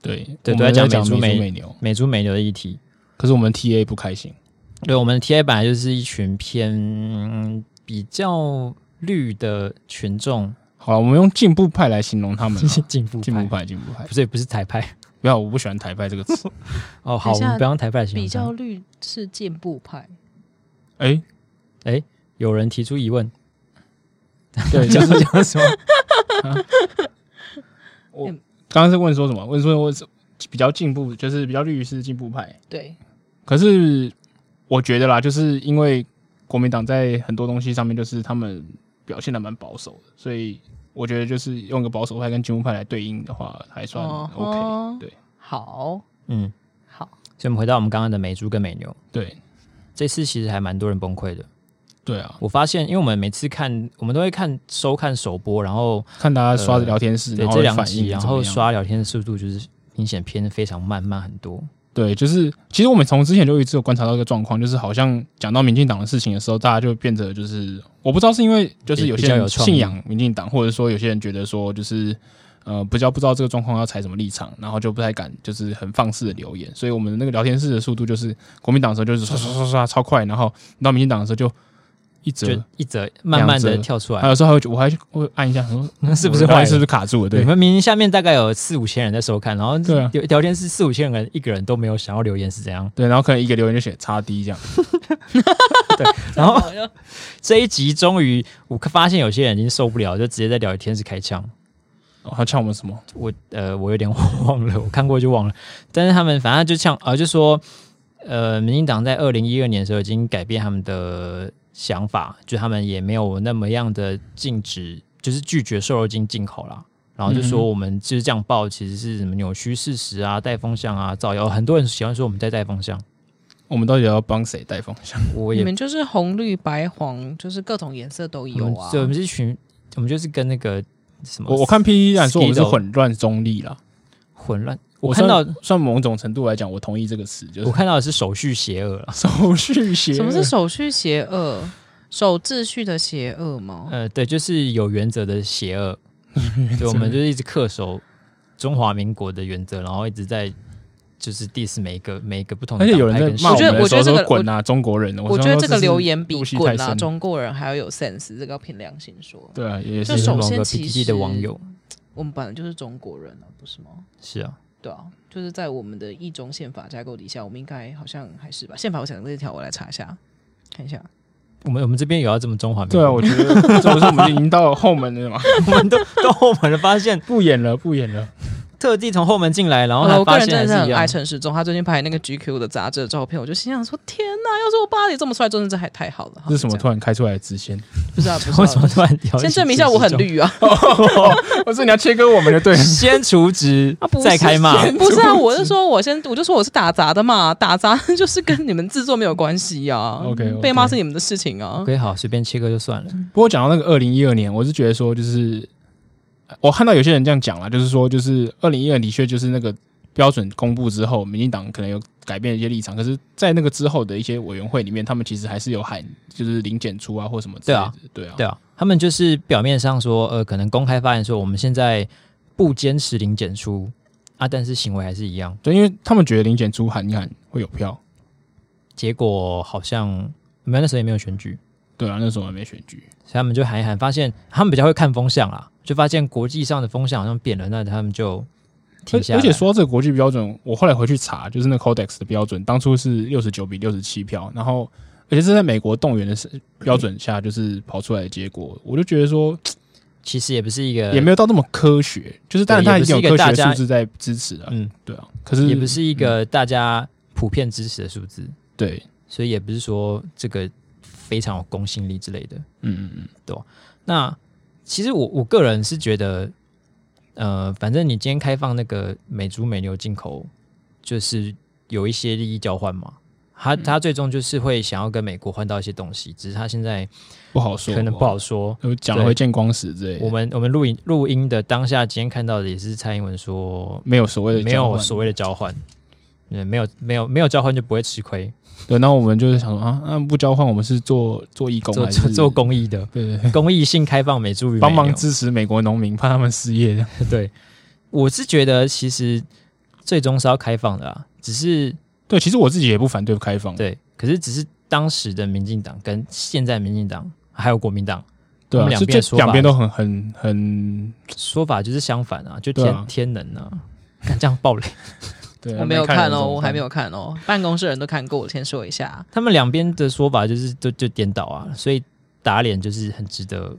Speaker 2: 对
Speaker 1: 对
Speaker 2: 我
Speaker 1: 都在
Speaker 2: 们
Speaker 1: 讲
Speaker 2: 在
Speaker 1: 美
Speaker 2: 讲
Speaker 1: 猪
Speaker 2: 美
Speaker 1: 美
Speaker 2: 美牛，
Speaker 1: 美猪美牛的议题。
Speaker 2: 可是我们 TA 不开心，
Speaker 1: 对，我们的 TA 本来就是一群偏、嗯比较绿的群众，
Speaker 2: 好啊了，我们用进步派来形容他 们啊，
Speaker 1: 进步
Speaker 2: 进步
Speaker 1: 派，
Speaker 2: 派，进步派
Speaker 1: 不，是不是台派。
Speaker 2: 不要，我不喜欢台派这个 词，
Speaker 1: 哦，好，我
Speaker 3: 等一下
Speaker 1: 们不要用台派来形容
Speaker 3: 比
Speaker 1: 它。
Speaker 3: 较绿是进步派，
Speaker 2: 哎，
Speaker 1: 有人提出疑问，
Speaker 2: 对，就
Speaker 1: 讲
Speaker 2: 是
Speaker 1: 讲什么？
Speaker 2: 嗯刚刚是问说什么？问说我是比较进步，就是比较绿是进步派。
Speaker 3: 对，
Speaker 2: 可是我觉得啦，就是因为国民党在很多东西上面，就是他们表现的蛮保守的，所以我觉得就是用个保守派跟进步派来对应的话，还算
Speaker 3: 哦
Speaker 2: OK、
Speaker 3: 吼
Speaker 2: 对
Speaker 3: 好
Speaker 1: 嗯，
Speaker 3: 好，
Speaker 1: 所以我们回到我们刚刚的美猪跟美牛，
Speaker 2: 对
Speaker 1: 这次其实还蛮多人崩溃的。
Speaker 2: 对啊！
Speaker 1: 我发现，因为我们每次看，我们都会看收看首播，然后
Speaker 2: 看大家刷聊天室，
Speaker 1: 呃对
Speaker 2: 然后
Speaker 1: 这两
Speaker 2: 反应
Speaker 1: 集，然
Speaker 2: 怎么
Speaker 1: 后
Speaker 2: 样
Speaker 1: 刷聊天的速度就是明显偏非常慢，慢很多。
Speaker 2: 对，就是其实我们从之前就一直有观察到一个状况，就是好像讲到民进党的事情的时候，大家就变得就是我不知道是因为就是有些
Speaker 1: 比较有
Speaker 2: 人
Speaker 1: 创
Speaker 2: 信
Speaker 1: 意
Speaker 2: 仰民进党，或者说有些人觉得说就是呃比较不知道这个状况要采什么立场，然后就不太敢就是很放肆的留言，所以我们那个聊天室的速度就是国民党的时候就是刷刷刷刷超快，然后到民进党的时候就一折
Speaker 1: 就，一则慢慢的跳出
Speaker 2: 还
Speaker 1: 来，
Speaker 2: 有时候还会觉我还会按一下，说
Speaker 1: 那 是不是
Speaker 2: 我的
Speaker 1: 坏
Speaker 2: 啊话是不
Speaker 1: 了？
Speaker 2: 是卡住了？
Speaker 1: 对，
Speaker 2: 对
Speaker 1: 我，们明明下面大概有四五千人在收看，然后
Speaker 2: 对啊
Speaker 1: 有聊天是四五千人，一个人都没有想要留言是怎样？
Speaker 2: 对，然后可能一个留言就写叉 D 这样，
Speaker 1: 然
Speaker 2: 哦
Speaker 1: 后
Speaker 3: 好就
Speaker 1: 这一集终于我发现有些人已经受不了，就直接在聊天室开枪。
Speaker 2: 哦他呛我们什么？
Speaker 1: 我呃，我有点忘了，我看过就忘了。但是他们反正就像啊、就说，呃，民进党在二零一二年的时候已经改变他们的想法，就他们也没有那么样的禁止，就是拒绝瘦肉精进口啦。然后就说
Speaker 2: 嗯
Speaker 1: 我们就是这样报，其实是什么扭曲事实啊、带风向啊、造谣。很多人喜欢说我们在带风向，
Speaker 2: 我们到底要帮谁带风向？
Speaker 1: 我
Speaker 3: 你
Speaker 1: 也
Speaker 3: 们就是红绿白黄，就是各种颜色都有啊。
Speaker 1: 我们是群，我们就是跟那个什么
Speaker 2: 我我看 P E 然说我们是
Speaker 1: Skido
Speaker 2: 混乱中立啦，
Speaker 1: 混乱，
Speaker 2: 我
Speaker 1: 我看到
Speaker 2: 算算某种程度来讲，我同意这个词，就
Speaker 1: 我
Speaker 2: 是
Speaker 1: 看到的是手续邪恶了。
Speaker 2: 手续邪恶。
Speaker 3: 什么是手续邪恶？守秩序的邪恶吗？
Speaker 1: 呃，对，就是有原则的邪恶，对，我们就是一直恪守中华民国的原则，然后一直在就是 diss 每一个每一个不同的
Speaker 2: 而且
Speaker 1: 党
Speaker 2: 有人
Speaker 1: 派
Speaker 2: 在
Speaker 1: 跟势
Speaker 2: 骂
Speaker 3: 我觉
Speaker 1: 力
Speaker 3: 得
Speaker 2: 们的时候
Speaker 3: 这个
Speaker 2: 说滚啊中国人，
Speaker 3: 我觉
Speaker 2: 想
Speaker 3: 得
Speaker 2: 说
Speaker 3: 这个
Speaker 2: 是
Speaker 3: 留言比
Speaker 2: 入戏太
Speaker 3: 滚啊
Speaker 2: 深
Speaker 3: 中国人还要有 sense，这个要凭良心说。
Speaker 2: 对啊，也
Speaker 3: 就是
Speaker 1: 是
Speaker 3: 首
Speaker 1: 某
Speaker 3: 先
Speaker 1: 个
Speaker 3: 其
Speaker 1: PTT 的网
Speaker 3: 实
Speaker 1: 友
Speaker 3: 我们本来就是中国人啊，不是吗？
Speaker 1: 是啊，
Speaker 3: 对啊，就是在我们的一中宪法架构底下，我们应该好像还是吧？宪法我想这一条我来查一下，看一下。
Speaker 1: 我们我们这边也要这么中华民国，
Speaker 2: 对啊，我觉得这不是我们已经到后门了嘛，
Speaker 1: 我们都到后门了，发现
Speaker 2: 不演了，不演了。
Speaker 1: 特地从后门进来，然后
Speaker 3: 好了
Speaker 1: 他
Speaker 3: 呃我个
Speaker 1: 发
Speaker 3: 人
Speaker 1: 现
Speaker 3: 真
Speaker 1: 还
Speaker 3: 的
Speaker 1: 是
Speaker 3: 是
Speaker 1: 一
Speaker 3: 很爱
Speaker 1: 样，
Speaker 3: 陈时中，他最近拍那个 GQ 的杂志的照片，我就心想说：天哪！要是我爸也这么帅，真的是还太好了。
Speaker 2: 这是什么
Speaker 3: 好
Speaker 2: 突然开出来的支线？
Speaker 3: 就这样不是啊，不
Speaker 1: 为
Speaker 3: 是
Speaker 1: 什
Speaker 3: 啊、
Speaker 1: 么突然聊
Speaker 3: 先
Speaker 1: 起
Speaker 3: 证明一下
Speaker 1: 陈时
Speaker 3: 我很
Speaker 1: 中，
Speaker 3: 绿啊！
Speaker 2: 哦我说你要切割我们的对
Speaker 1: 先除职
Speaker 3: 啊，不是
Speaker 1: 再开骂，
Speaker 3: 不是啊，我是说我先，我就说我是打杂的嘛，打杂 就是跟你们制作没有关系呀、啊。
Speaker 2: OK，OK
Speaker 3: 被骂是你们的事情啊。
Speaker 1: OK 好，随便切割就算了，
Speaker 2: 不过讲到那个二零一二年，我是觉得说，就是呃我看到有些人这样讲啦，就是说，就是二零一二的确就是那个标准公布之后，民进党可能有改变一些立场，可是，在那个之后的一些委员会里面，他们其实还是有喊，就是零检出啊或什么之类的，对啊，
Speaker 1: 对啊，他们就是表面上说，呃，可能公开发言说我们现在不坚持零检出啊，但是行为还是一样，
Speaker 2: 对，啊因为他们觉得零检出喊一喊会有票，
Speaker 1: 结果好像没有那时候也没有选举，
Speaker 2: 对啊，那时候还没选举，
Speaker 1: 所以他们就喊一喊，发现他们比较会看风向啦，就发现国际上的风向好像变了，那他们就
Speaker 2: 而
Speaker 1: 停下来。
Speaker 2: 而且说到这个国际标准，我后来回去查，就是那 Codex 的标准，当初是六十九比六十七票，然后而且是在美国动员的时标准下，就是跑出来的结果，我就觉得说。
Speaker 1: 其实也不是一个，
Speaker 2: 也没有到那么科学，就是当
Speaker 1: 呃对
Speaker 2: 然
Speaker 1: 也
Speaker 2: 它一
Speaker 1: 不是
Speaker 2: 定
Speaker 1: 一个
Speaker 2: 有科
Speaker 1: 大
Speaker 2: 学
Speaker 1: 家
Speaker 2: 数字在支持啊，
Speaker 1: 嗯，
Speaker 2: 对啊，可是
Speaker 1: 也不是一个大家普遍支持的数字，
Speaker 2: 对
Speaker 1: 所以也不是说这个非常有公信力之类的。哦
Speaker 2: 嗯嗯
Speaker 1: 那其实我我个人是觉得，呃，反正你今天开放那个美猪美牛进口，就是有一些利益交换嘛。他
Speaker 2: 嗯
Speaker 1: 他最终就是会想要跟美国换到一些东西，只是他现在
Speaker 2: 嗯，不好说，
Speaker 1: 可能不好说。
Speaker 2: 我讲了会见光死之类
Speaker 1: 我
Speaker 2: 的，
Speaker 1: 们我们录音录音的当下，今天看到的也是蔡英文说
Speaker 2: 没有所谓的
Speaker 1: 没
Speaker 2: 交
Speaker 1: 有
Speaker 2: 换
Speaker 1: 所谓的交换，对，没有没有没有交换就不会吃亏，
Speaker 2: 对。然后我们就是想说啊，那不交换，我们是做做义工
Speaker 1: 做
Speaker 2: 还是
Speaker 1: 做做公益的，
Speaker 2: 对对对，
Speaker 1: 公益性开放美猪与美
Speaker 2: 帮忙
Speaker 1: 牛
Speaker 2: 支持美国农民，怕他们失业这样。
Speaker 1: 对，我是觉得其实最终是要开放的啊，只是
Speaker 2: 对，其实我自己也不反对开放，
Speaker 1: 对，可是只是当时的民进党跟现在民进党还有国民党
Speaker 2: 对
Speaker 1: 他
Speaker 2: 啊，
Speaker 1: 们两
Speaker 2: 是
Speaker 1: 边
Speaker 2: 这
Speaker 1: 的说法
Speaker 2: 两边都很很很
Speaker 1: 说法就是相反啊，就
Speaker 2: 对
Speaker 1: 天、
Speaker 2: 啊
Speaker 1: 天能啊， 敢这样暴雷，
Speaker 2: 对。啊
Speaker 3: 我没有看哦，
Speaker 2: 了
Speaker 3: 我还没。有看哦。办公室人都看过，我先说一下。
Speaker 1: 他们两边的说法就是就就颠倒啊，所以打脸就是很值得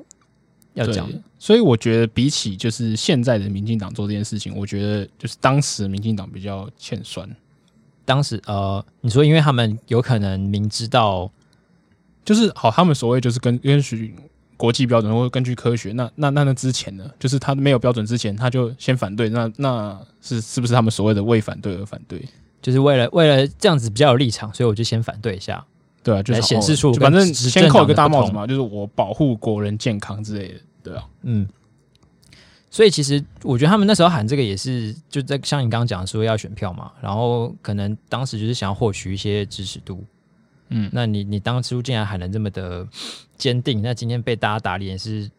Speaker 1: 要
Speaker 2: 对
Speaker 1: 讲。，
Speaker 2: 所以我觉得比起就是现在的民进党做这件事情，我觉得就是当时民进党比较欠酸，
Speaker 1: 当时呃，你说因为他们有可能明知道
Speaker 2: 就是好，他们所谓就是跟根据国际标准或根据科学，那那那那之前呢，就是他没有标准之前，他就先反对，那那是是不是他们所谓的为反对而反对？
Speaker 1: 就是为了为了这样子比较有立场，所以我就先反对一下。
Speaker 2: 对啊，就是
Speaker 1: 来显示出
Speaker 2: 哦
Speaker 1: 我
Speaker 2: 就
Speaker 1: 跟
Speaker 2: 反正
Speaker 1: 执
Speaker 2: 先
Speaker 1: 政
Speaker 2: 扣
Speaker 1: 党
Speaker 2: 一个
Speaker 1: 的
Speaker 2: 大
Speaker 1: 不
Speaker 2: 帽子
Speaker 1: 同
Speaker 2: 嘛，就是我保护国人健康之类的，对啊，
Speaker 1: 嗯，所以其实我觉得他们那时候喊这个也是就在像你刚刚讲说要选票嘛，然后可能当时就是想要获取一些支持度。
Speaker 2: 嗯
Speaker 1: 那你你当初竟然喊的这么的坚定，那今天被大家打脸是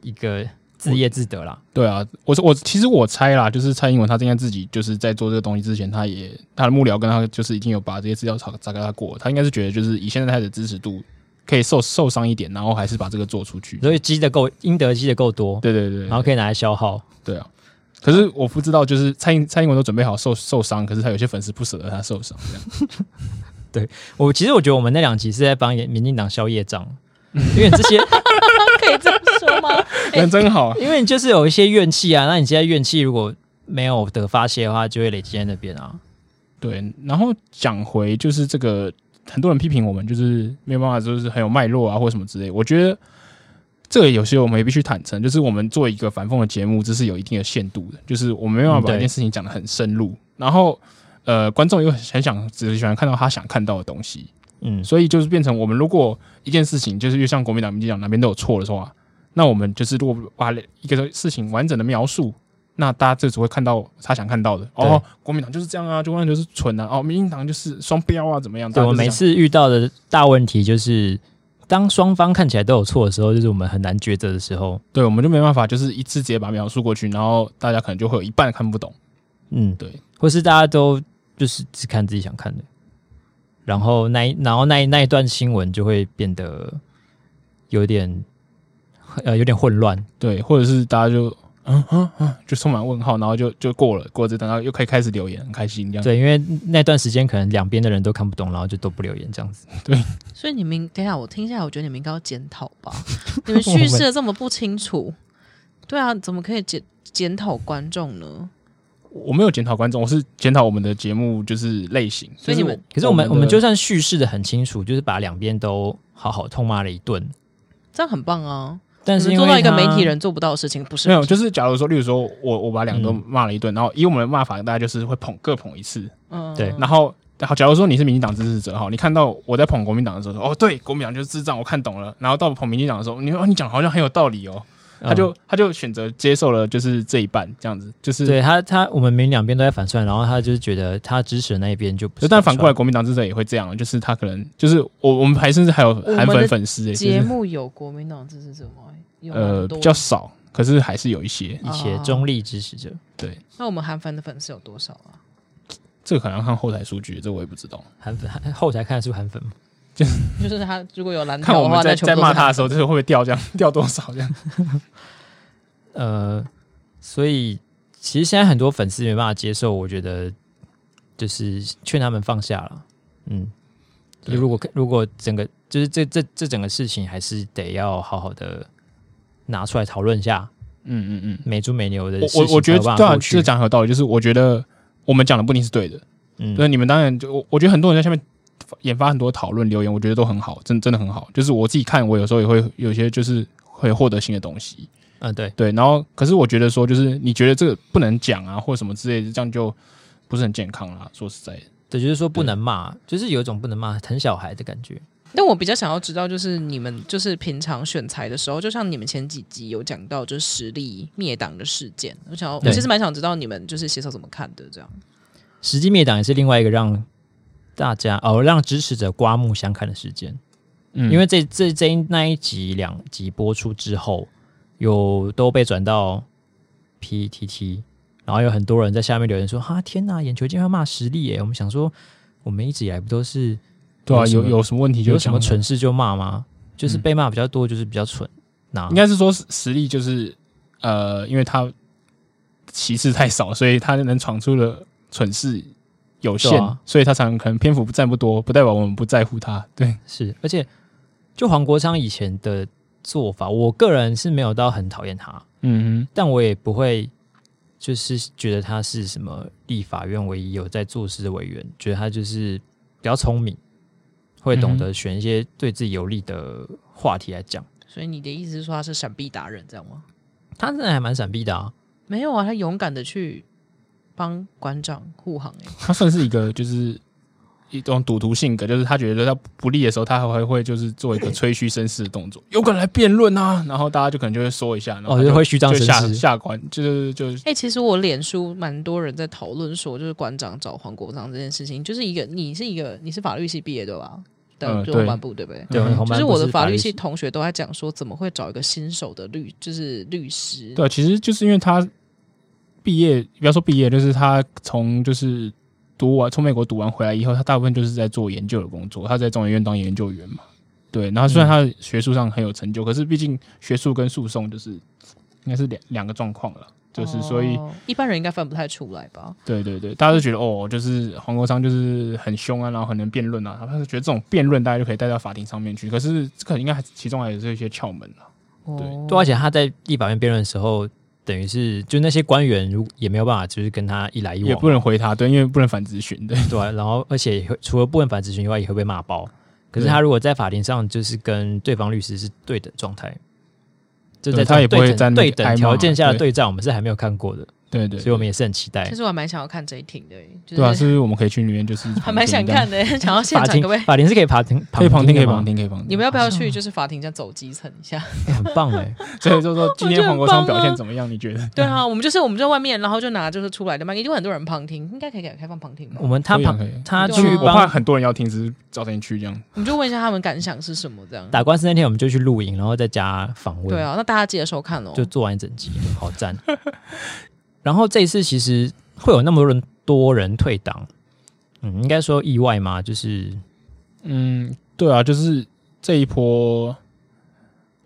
Speaker 1: 一个自业自得啦。
Speaker 2: 对啊，我说我其实我猜啦，就是蔡英文他应该自己就是在做这个东西之前，他也他的幕僚跟他就是已经有把这些资料查查给他过，他应该是觉得就是以现在他的支持度可以受受伤一点，然后还是把这个做出去。
Speaker 1: 所以积的够，应得积的够多，
Speaker 2: 对对对
Speaker 1: 然后
Speaker 2: 对
Speaker 1: 可以拿来消耗。
Speaker 2: 对啊！可是我不知道，就是蔡英蔡英文都准备好受受伤，可是他有些粉丝不舍得他受 伤，这样
Speaker 1: 我其实我觉得我们那两集是在帮民进党消业 障，因为这些
Speaker 3: 可以这么说吗？
Speaker 2: 人真 好啊。
Speaker 1: 因为你就是有一些怨气啊，那你现在怨气如果没有得发泄的话，就会累积在那边啊。
Speaker 2: 对，然后讲回就是这个，很多人批评我们就是没有办法，就是很有脉络啊，或什么之类。我觉得这个有些我们也必须坦诚，就是我们做一个反讽的节目，这是有一定的限度的，就是我们没办法
Speaker 1: 嗯
Speaker 2: 把
Speaker 1: 对
Speaker 2: 一件事情讲得很深入，然后。呃，观众又很想只喜欢看到他想看到的东西，
Speaker 1: 嗯，
Speaker 2: 所以就是变成我们如果一件事情就是越像国民党、民进党哪边都有错的话，那我们就是如果把一个事情完整的描述，那大家就只会看到他想看到的。
Speaker 1: 对
Speaker 2: 哦，国民党就是这样啊，国民党就是蠢啊，哦，民进党就是双标啊，怎么样？
Speaker 1: 对，
Speaker 2: 大家
Speaker 1: 我们每
Speaker 2: 就是这样
Speaker 1: 次遇到的大问题就是，当双方看起来都有错的时候，就是我们很难抉择的时候。
Speaker 2: 对，我们就没办法，就是一次直接把它描述过去，然后大家可能啊就会有一半看不懂。
Speaker 1: 嗯，
Speaker 2: 对，
Speaker 1: 或是大家都就是只看自己想看的，然后那一然后那一那一段新闻就会变得有点呃有点混乱。
Speaker 2: 对，或者是大家就嗯嗯嗯，就充满问号，然后就就过了，过了这段，然后又可以开始留言，很开心这样。
Speaker 1: 对，因为那段时间可能两边的人都看不懂，然后就都不留言这样子。
Speaker 3: 所以你们等一下我听下来，我觉得你们应该要检讨 吧。你们叙事的这么不清楚，对啊，怎么可以检检讨观众呢？
Speaker 2: 我没有检讨观众，我是检讨我们的节目就是类型。
Speaker 3: 所以
Speaker 2: 就是
Speaker 3: 你们
Speaker 1: 可是我们我们
Speaker 2: 的
Speaker 1: 就算叙事的很清楚，就是把两边都好好痛骂了一顿，
Speaker 3: 这样很棒啊！
Speaker 1: 但是
Speaker 3: 你
Speaker 1: 因
Speaker 3: 们做
Speaker 1: 为
Speaker 3: 到一个
Speaker 1: 他
Speaker 3: 媒体人做不到的事情，不是
Speaker 2: 没有，就是假如说，例如说我我把两个都
Speaker 1: 嗯
Speaker 2: 骂了一顿，然后以我们的骂法，大家就是会捧各捧一次，
Speaker 3: 嗯
Speaker 1: 对
Speaker 2: 然后。好，假如说你是民进党支持者哈，你看到我在捧国民党的时候说，哦，对，国民党就是智障，我看懂了。然后到捧民进党的时候，你说、哦、你讲得好像很有道理哦，
Speaker 1: 呃
Speaker 3: 嗯
Speaker 2: 他就、他就选择接受了，就是这一半这样子，就是。
Speaker 1: 对他，他我们明明两边都在反串，然后他就是觉得他支持的那一边就不是
Speaker 2: 就
Speaker 1: 反
Speaker 2: 但反过来，
Speaker 1: 串，
Speaker 2: 国民党支持者也会这样，就是他可能就是我我们还甚至还有
Speaker 3: 们
Speaker 2: 韩粉
Speaker 3: 的
Speaker 2: 粉丝、欸，就
Speaker 3: 节
Speaker 2: 是
Speaker 3: 目有国民党支持者吗？有
Speaker 2: 呃
Speaker 3: 很
Speaker 2: 比
Speaker 3: 多。
Speaker 2: 较少，可是还是有一些。
Speaker 1: 一些
Speaker 3: 哦
Speaker 1: 中立支持者，
Speaker 2: 对，
Speaker 3: 那我们韩粉的粉丝有多少啊？
Speaker 2: 这个可能要看后台数据，这我也不知道。
Speaker 1: 韩粉韩后台看得出韩粉吗？
Speaker 3: 就是他如果有 蓝
Speaker 2: 看
Speaker 3: 调
Speaker 2: 我
Speaker 3: 的话，
Speaker 2: 们在
Speaker 3: 那全部
Speaker 2: 在
Speaker 3: 都是
Speaker 2: 骂他的
Speaker 3: 韩
Speaker 2: 时候，就是会不会掉这样 掉多少这样。
Speaker 1: 呃，所以其实现在很多粉丝没办法接受，我觉得就是劝他们放下了。嗯，
Speaker 2: 对
Speaker 1: 如果如果整个就是这这这整个事情还是得要好好的拿出来讨论一下，
Speaker 2: 嗯嗯
Speaker 1: 美猪美牛的
Speaker 2: 嗯，
Speaker 1: 事
Speaker 2: 我
Speaker 1: 情
Speaker 2: 我我觉得
Speaker 1: 才有办
Speaker 2: 对
Speaker 1: 法
Speaker 2: 啊，
Speaker 1: 过去
Speaker 2: 这讲很有道理，就是我觉得我们讲的不一定是对的，
Speaker 1: 嗯
Speaker 2: 就是你们当然就我我觉得很多人在下面引发很多讨论留言，我觉得都很好，真真的很好。就是我自己看，我有时候也会有些就是会获得新的东西。
Speaker 1: 嗯，对，
Speaker 2: 对，然后可是我觉得说，就是你觉得这个不能讲啊，或者什么之类的，这样就不是很健康啦。说实在的，
Speaker 1: 对，就是说不能骂，就是有一种不能骂疼小孩的感觉。
Speaker 3: 但我比较想要知道，就是你们就是平常选材的时候，就像你们前几集有讲到，就是实力灭党的事件，我想要，我
Speaker 1: 对
Speaker 3: 其实蛮想知道你们就是携手怎么看的这样。
Speaker 1: 实际灭党也是另外一个让大家哦让支持者刮目相看的事件，
Speaker 2: 嗯
Speaker 1: 因为这这这一那一集两集播出之后，有都被转到 PTT，然后有很多人在下面留言说：“哈天呐，眼球竟然骂实力耶！”我们想说，我们一直以来不都是
Speaker 2: 对啊，
Speaker 1: 有什
Speaker 2: 有
Speaker 1: 么
Speaker 2: 有什么问题就
Speaker 1: 有什么
Speaker 2: 讲啊
Speaker 1: 蠢事就骂吗？就是
Speaker 2: 嗯
Speaker 1: 被骂比较多，就是比较蠢。那
Speaker 2: 应该是说实实力就是呃，因为他骑士太少，所以他能闯出的蠢事有
Speaker 1: 对
Speaker 2: 限，
Speaker 1: 啊
Speaker 2: 所以他常可能篇幅占不多，不代表我们不在乎他。对，
Speaker 1: 是，而且就黄国昌以前的做法，我个人是没有到很讨厌他，
Speaker 2: 嗯
Speaker 1: 但我也不会就是觉得他是什么立法院唯一有在做事的委员，觉得他就是比较聪明，会懂
Speaker 2: 嗯
Speaker 1: 得选一些对自己有利的话题来讲。
Speaker 3: 所以你的意思是说他是闪避达人，这样吗？
Speaker 1: 他真的还蛮闪避的啊，
Speaker 3: 没有啊，他勇敢的去帮馆长护航、欸。
Speaker 2: 他算是一个就是一种赌徒性格，就是他觉得他不利的时候，他还会就是做一个吹嘘绅士的动作，有可能来辩论啊，然后大家就可能就会说一下，然
Speaker 1: 哦，
Speaker 2: 后他
Speaker 1: 就
Speaker 2: 就
Speaker 1: 会虚张
Speaker 2: 嗯就下
Speaker 1: 声势。
Speaker 2: 下关，就是就是
Speaker 3: 哎、其实我脸书蛮多人在讨论说，就是馆长找黄国昌这件事情，就是一个你是一个你是法律系毕业的吧？的
Speaker 2: 嗯
Speaker 3: 就
Speaker 2: 对
Speaker 3: 公办部对不对？
Speaker 1: 对，
Speaker 2: 嗯
Speaker 1: 红
Speaker 3: 就
Speaker 1: 斑
Speaker 3: 是
Speaker 1: 部
Speaker 3: 我的法律
Speaker 1: 律
Speaker 3: 系，同学都在讲说，怎么会找一个新手的律，就是律师？
Speaker 2: 对，啊其实就是因为他毕业，不要说毕业，就是他从就是读完从美国读完回来以后，他大部分就是在做研究的工作，他在中研院当研究员嘛。对，然后虽然他学术上很有成就，可是毕竟学术跟诉讼就是应该是两两个状况了，就是所以、
Speaker 3: 哦一般人应该分不太出来吧？
Speaker 2: 对对对，大家都觉得哦，就是黄国昌就是很凶啊，然后很能辩论啊，他是觉得这种辩论大家就可以带到法庭上面去，可是这个应该还其中还有这些窍门啊。
Speaker 3: 哦
Speaker 1: 对，而且他在立法院辩论的时候，等于是就那些官员如也没有办法，就是跟他一来一
Speaker 2: 也
Speaker 1: 往啊
Speaker 2: 不能回他，对，因为不能反咨询，对，
Speaker 1: 对啊、然后而且也会除了不能反咨询以外，也会被骂爆。可是
Speaker 2: 对
Speaker 1: 他如果在法庭上就是跟对方律师是对等状态，就
Speaker 2: 对
Speaker 1: 在
Speaker 2: 他也不会
Speaker 1: 对
Speaker 2: 在
Speaker 1: 等
Speaker 2: 那边
Speaker 1: 对
Speaker 2: 挨
Speaker 1: 等
Speaker 2: 骂
Speaker 1: 条件下的
Speaker 2: 对
Speaker 1: 对战，我们是还没有看过的，
Speaker 2: 对对
Speaker 1: 所以我们也是很期待
Speaker 3: 其。实我还蛮想要看这一庭的、欸，就
Speaker 2: 对啊，是不是我们可以去里面就是
Speaker 3: 还蛮想看
Speaker 2: 的，
Speaker 3: 的、想要现
Speaker 1: 法
Speaker 3: 场
Speaker 1: 庭
Speaker 3: 各位，
Speaker 1: 法庭是可以旁听，
Speaker 2: 可以 旁听，
Speaker 1: 听
Speaker 2: 可
Speaker 1: 的
Speaker 2: 以旁
Speaker 1: 吗？
Speaker 2: 听，可以旁听。
Speaker 3: 你们要不要去？就是法庭这样走基层一下？
Speaker 1: 欸很棒 哎、
Speaker 2: 所以就说今天黄国
Speaker 3: 我
Speaker 2: 昌
Speaker 3: 觉得很棒啊
Speaker 2: 表现怎么样？你觉 得？
Speaker 3: 对啊，我们就是我们在外面，然后就拿就是出来的麦，一定会很多人旁听，应该可以给开放旁听吧
Speaker 1: 我？们他
Speaker 2: 可以啊
Speaker 1: 旁
Speaker 2: 可以啊
Speaker 1: 他
Speaker 3: 对
Speaker 1: 去
Speaker 3: 啊
Speaker 2: 我怕
Speaker 1: 帮
Speaker 2: 很多人要听，只是找你去这样。
Speaker 3: 你就问一下他们感想是什么这样。
Speaker 1: 打官司那天，我们就去录影，然后在家访问。
Speaker 3: 对啊，那大家记得收看哦。
Speaker 1: 就做完一整集，好赞。 然后这一次其实会有那么多人多人退党，嗯，应该说意外吗？就是
Speaker 2: 嗯，对啊，就是这一波，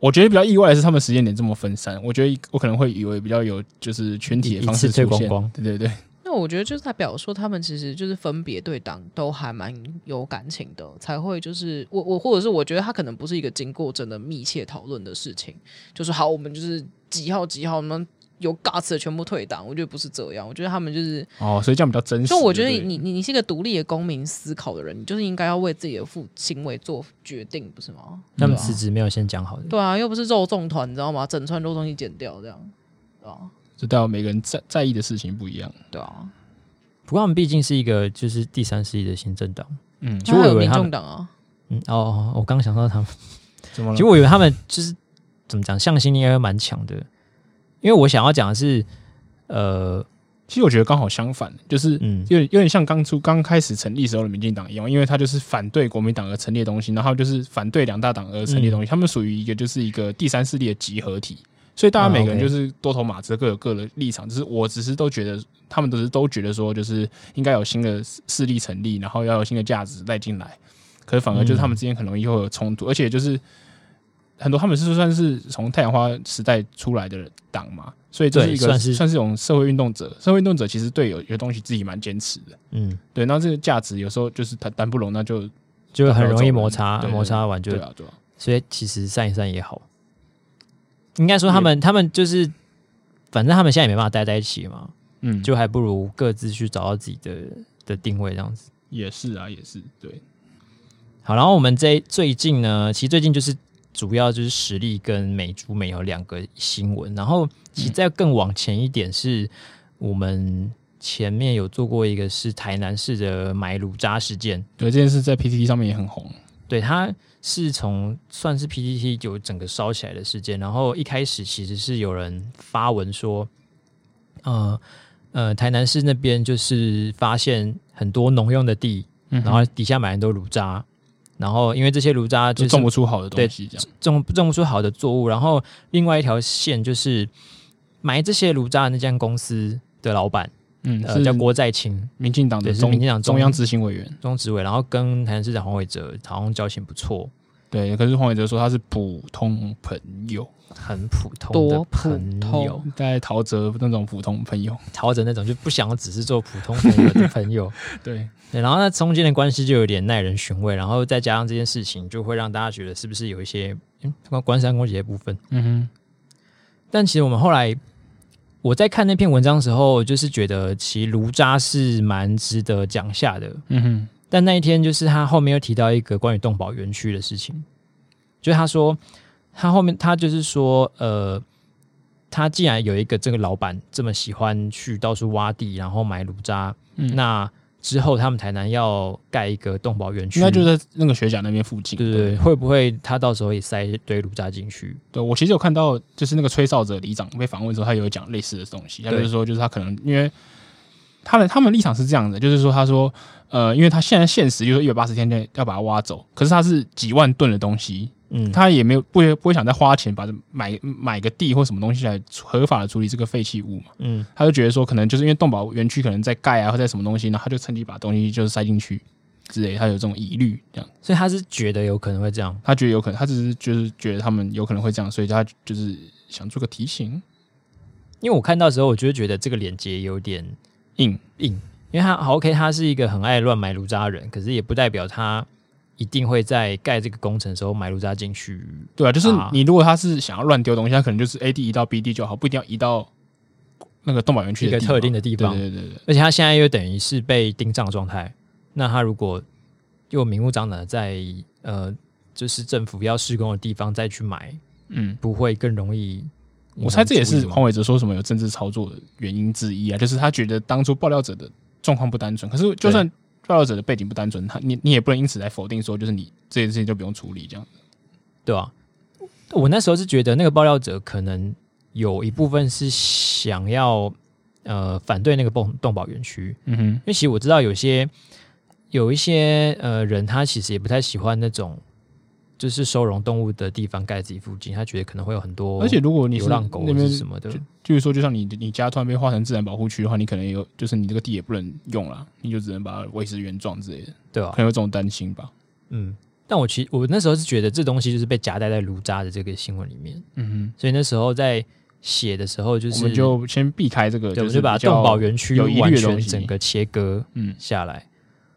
Speaker 2: 我觉得比较意外的是他们时间点这么分散。我觉得我可能会以为比较有就是群体
Speaker 1: 一
Speaker 2: 的方式
Speaker 1: 一次退
Speaker 2: 出现
Speaker 1: 光光
Speaker 2: 对对对，
Speaker 3: 那我觉得就是代表说，他们其实就是分别对党都还蛮有感情的，才会就是我我或者是我觉得他可能不是一个经过真的密切讨论的事情，就是好我们就是几号几号我们有 guts 的全部退党，我觉得不是这样，我觉得他们就是
Speaker 2: 哦，所以这样比较真实。
Speaker 3: 就我觉得
Speaker 2: 对不对
Speaker 3: 你你你是一个独立的公民思考的人，你就是应该要为自己的负行为做决定，不是吗？
Speaker 1: 他们
Speaker 3: 对啊
Speaker 1: 辞职没有先讲好的，
Speaker 3: 对啊，又不是肉粽团，你知道吗？整串肉粽一剪掉这样，对啊，
Speaker 2: 就代表每个人在在意的事情不一样。
Speaker 3: 对啊，
Speaker 1: 不过他们毕竟是一个就是第三势力的新政党，
Speaker 2: 嗯，
Speaker 1: 其实我
Speaker 3: 还
Speaker 1: 以
Speaker 3: 有
Speaker 1: 为
Speaker 3: 民
Speaker 1: 他
Speaker 3: 众
Speaker 1: 们
Speaker 3: 党啊，
Speaker 1: 嗯哦哦，我刚想到他们，
Speaker 2: 怎么
Speaker 1: 其实？
Speaker 2: 了
Speaker 1: 我以为他们就是怎么讲，向心力应该蛮强的，因为我想要讲的是，呃，
Speaker 2: 其实我觉得刚好相反，就是
Speaker 1: 嗯
Speaker 2: 有点有点像刚出刚开始成立时候的民进党一样，因为他就是反对国民党而成立的东西，然后就是反对两大党而成立的
Speaker 1: 嗯
Speaker 2: 东西，他们属于一个就是一个第三势力的集合体，所以大家
Speaker 1: 啊
Speaker 2: 每个人
Speaker 1: OK
Speaker 2: 就是多头马车，各有各的立场，只是我只是都觉得他们都是都觉得说就是应该有新的势力成立，然后要有新的价值带进来，可是反而
Speaker 1: 嗯
Speaker 2: 就是他们之间很容易会有冲突，而且就是很多他们是算是从太阳花时代出来的党嘛，所以这是
Speaker 1: 对
Speaker 2: 一个
Speaker 1: 算是
Speaker 2: 一种社会运动者。社会运动者其实对有有东西自己蛮坚持的，
Speaker 1: 嗯，
Speaker 2: 对。那这个价值有时候就是谈谈不拢，那就
Speaker 1: 就很容易摩擦，
Speaker 2: 对对对
Speaker 1: 摩擦完就
Speaker 2: 对，啊对啊。
Speaker 1: 所以其实散一散也好。应该说他们，他们就是，反正他们现在也没办法待在一起嘛，
Speaker 2: 嗯，就
Speaker 1: 就还不如各自去找到自己的的定位这样子。
Speaker 2: 也是啊，也是对。
Speaker 1: 好，然后我们这最近呢，其实最近就是主要就是实力跟美珠美有两个新闻，然后其实再更往前一点是我们前面有做过一个是台南市的买卤渣事件，
Speaker 2: 对这件事在 PTT 上面也很红，
Speaker 1: 对，它是从算是 PTT 就整个烧起来的事件，然后一开始其实是有人发文说，呃呃，台南市那边就是发现很多农用的地，
Speaker 2: 嗯
Speaker 1: 然后底下买很多卤渣，然后因为这些卤渣就
Speaker 2: 就是种不出好的东西，这样
Speaker 1: 种种不出好的作物，然后另外一条线就是埋这些卤渣的那间公司的老板，
Speaker 2: 嗯，
Speaker 1: 呃，
Speaker 2: 是
Speaker 1: 叫郭在清
Speaker 2: 民进党的
Speaker 1: 对是
Speaker 2: 中
Speaker 1: 民进党中
Speaker 2: 中央执行委员，
Speaker 1: 中执委，然后跟台南市长黄伟哲好像交情不错，
Speaker 2: 对，可是黄伟哲说他是普通朋友，
Speaker 1: 很普通的
Speaker 3: 多
Speaker 1: 朋
Speaker 3: 普
Speaker 1: 友
Speaker 3: 通，
Speaker 2: 大概陶喆那种普通朋友，
Speaker 1: 朝着那种就不想只是做普通朋友的朋友，
Speaker 2: 对，
Speaker 1: 对，然后那中间的关系就有点耐人寻味，然后再加上这件事情，就会让大家觉得是不是有一些嗯关关山关节的部分。
Speaker 2: 嗯
Speaker 1: 但其实我们后来我在看那篇文章的时候，就是觉得其实卢渣是蛮值得讲下的。
Speaker 2: 哼，嗯哼，
Speaker 1: 但那一天就是他后面又提到一个关于动保园区的事情，就是他说他后面他就是说呃，他既然有一个这个老板这么喜欢去到处挖地，然后买卤渣，
Speaker 2: 嗯
Speaker 1: 那之后他们台南要盖一个动保园区，
Speaker 2: 应该就在那个学甲那边附近，
Speaker 1: 对对对，会不会他到时候也塞一堆卤渣进去？
Speaker 2: 对我其实有看到，就是那个吹哨者里长被访问的时候，他有讲类似的东西，他就
Speaker 1: 对
Speaker 2: 是说，就是他可能因为他的他们立场是这样的，就是说他说，呃，因为他现在现实就是一百八十天内要把它挖走，可是他是几万吨的东西，
Speaker 1: 嗯，
Speaker 2: 他也没有不会不会想再花钱把它买买个地或什么东西来合法的处理这个废弃物嘛，
Speaker 1: 嗯，
Speaker 2: 他就觉得说，可能就是因为动保园区可能在盖啊，或在什么东西，然后他就趁机把东西就是塞进去之类，他有这种疑虑这样。
Speaker 1: 所以他是觉得有可能会这样。
Speaker 2: 他觉得有可能，他只是就是觉得他们有可能会这样，所以他就是想做个提醒。
Speaker 1: 因为我看到的时候，我就会觉得这个连接有点
Speaker 2: 硬，
Speaker 1: 硬，因为他好 OK，他是一个很爱乱买炉渣的人，可是也不代表他一定会在盖这个工程的时候买炉渣进去。
Speaker 2: 对啊，就是
Speaker 1: 啊
Speaker 2: 你如果他是想要乱丢东西，他可能就是 A D 移到 B D 就好，不一定要移到那个动保园区的
Speaker 1: 一个特定的地方
Speaker 2: 对对对对，
Speaker 1: 而且他现在又等于是被盯上的状态，那他如果又明目张胆的在呃，就是政府要施工的地方再去买，
Speaker 2: 嗯，
Speaker 1: 不会更容易引起注意吗？
Speaker 2: 我猜这也是黄伟哲说什么有政治操作的原因之一啊，就是他觉得当初爆料者的状况不单纯，可是就算爆料者的背景不单纯，他你你也不能因此来否定说就是你这件事情就不用处理这样。
Speaker 1: 对啊，我那时候是觉得那个爆料者可能有一部分是想要呃反对那个动动保园区，
Speaker 2: 嗯哼
Speaker 1: 因，为其实我知道有些有一些呃人，他其实也不太喜欢那种就是收容动物的地方盖自己附近，他觉得可能会有很多，
Speaker 2: 而且如果你
Speaker 1: 流
Speaker 2: 是
Speaker 1: 浪狗
Speaker 2: 那
Speaker 1: 或
Speaker 2: 边
Speaker 1: 是什么的，
Speaker 2: 就是说，就像你你家突然被划成自然保护区的话，你可能也有，就是你这个地也不能用了，你就只能把它维持原状之类的，
Speaker 1: 对吧、
Speaker 2: 可能有这种担心吧。
Speaker 1: 嗯，但我其实我那时候是觉得这东西就是被夹带在卢渣的这个新闻里面，
Speaker 2: 嗯
Speaker 1: 所以那时候在写的时候就是
Speaker 2: 我们就先避开这个，
Speaker 1: 对，我
Speaker 2: 就
Speaker 1: 们
Speaker 2: 是
Speaker 1: 就把
Speaker 2: 比较
Speaker 1: 动保。园区
Speaker 2: 有疑虑的
Speaker 1: 完
Speaker 2: 东
Speaker 1: 全
Speaker 2: 西
Speaker 1: 整个切割
Speaker 2: 嗯
Speaker 1: 下来，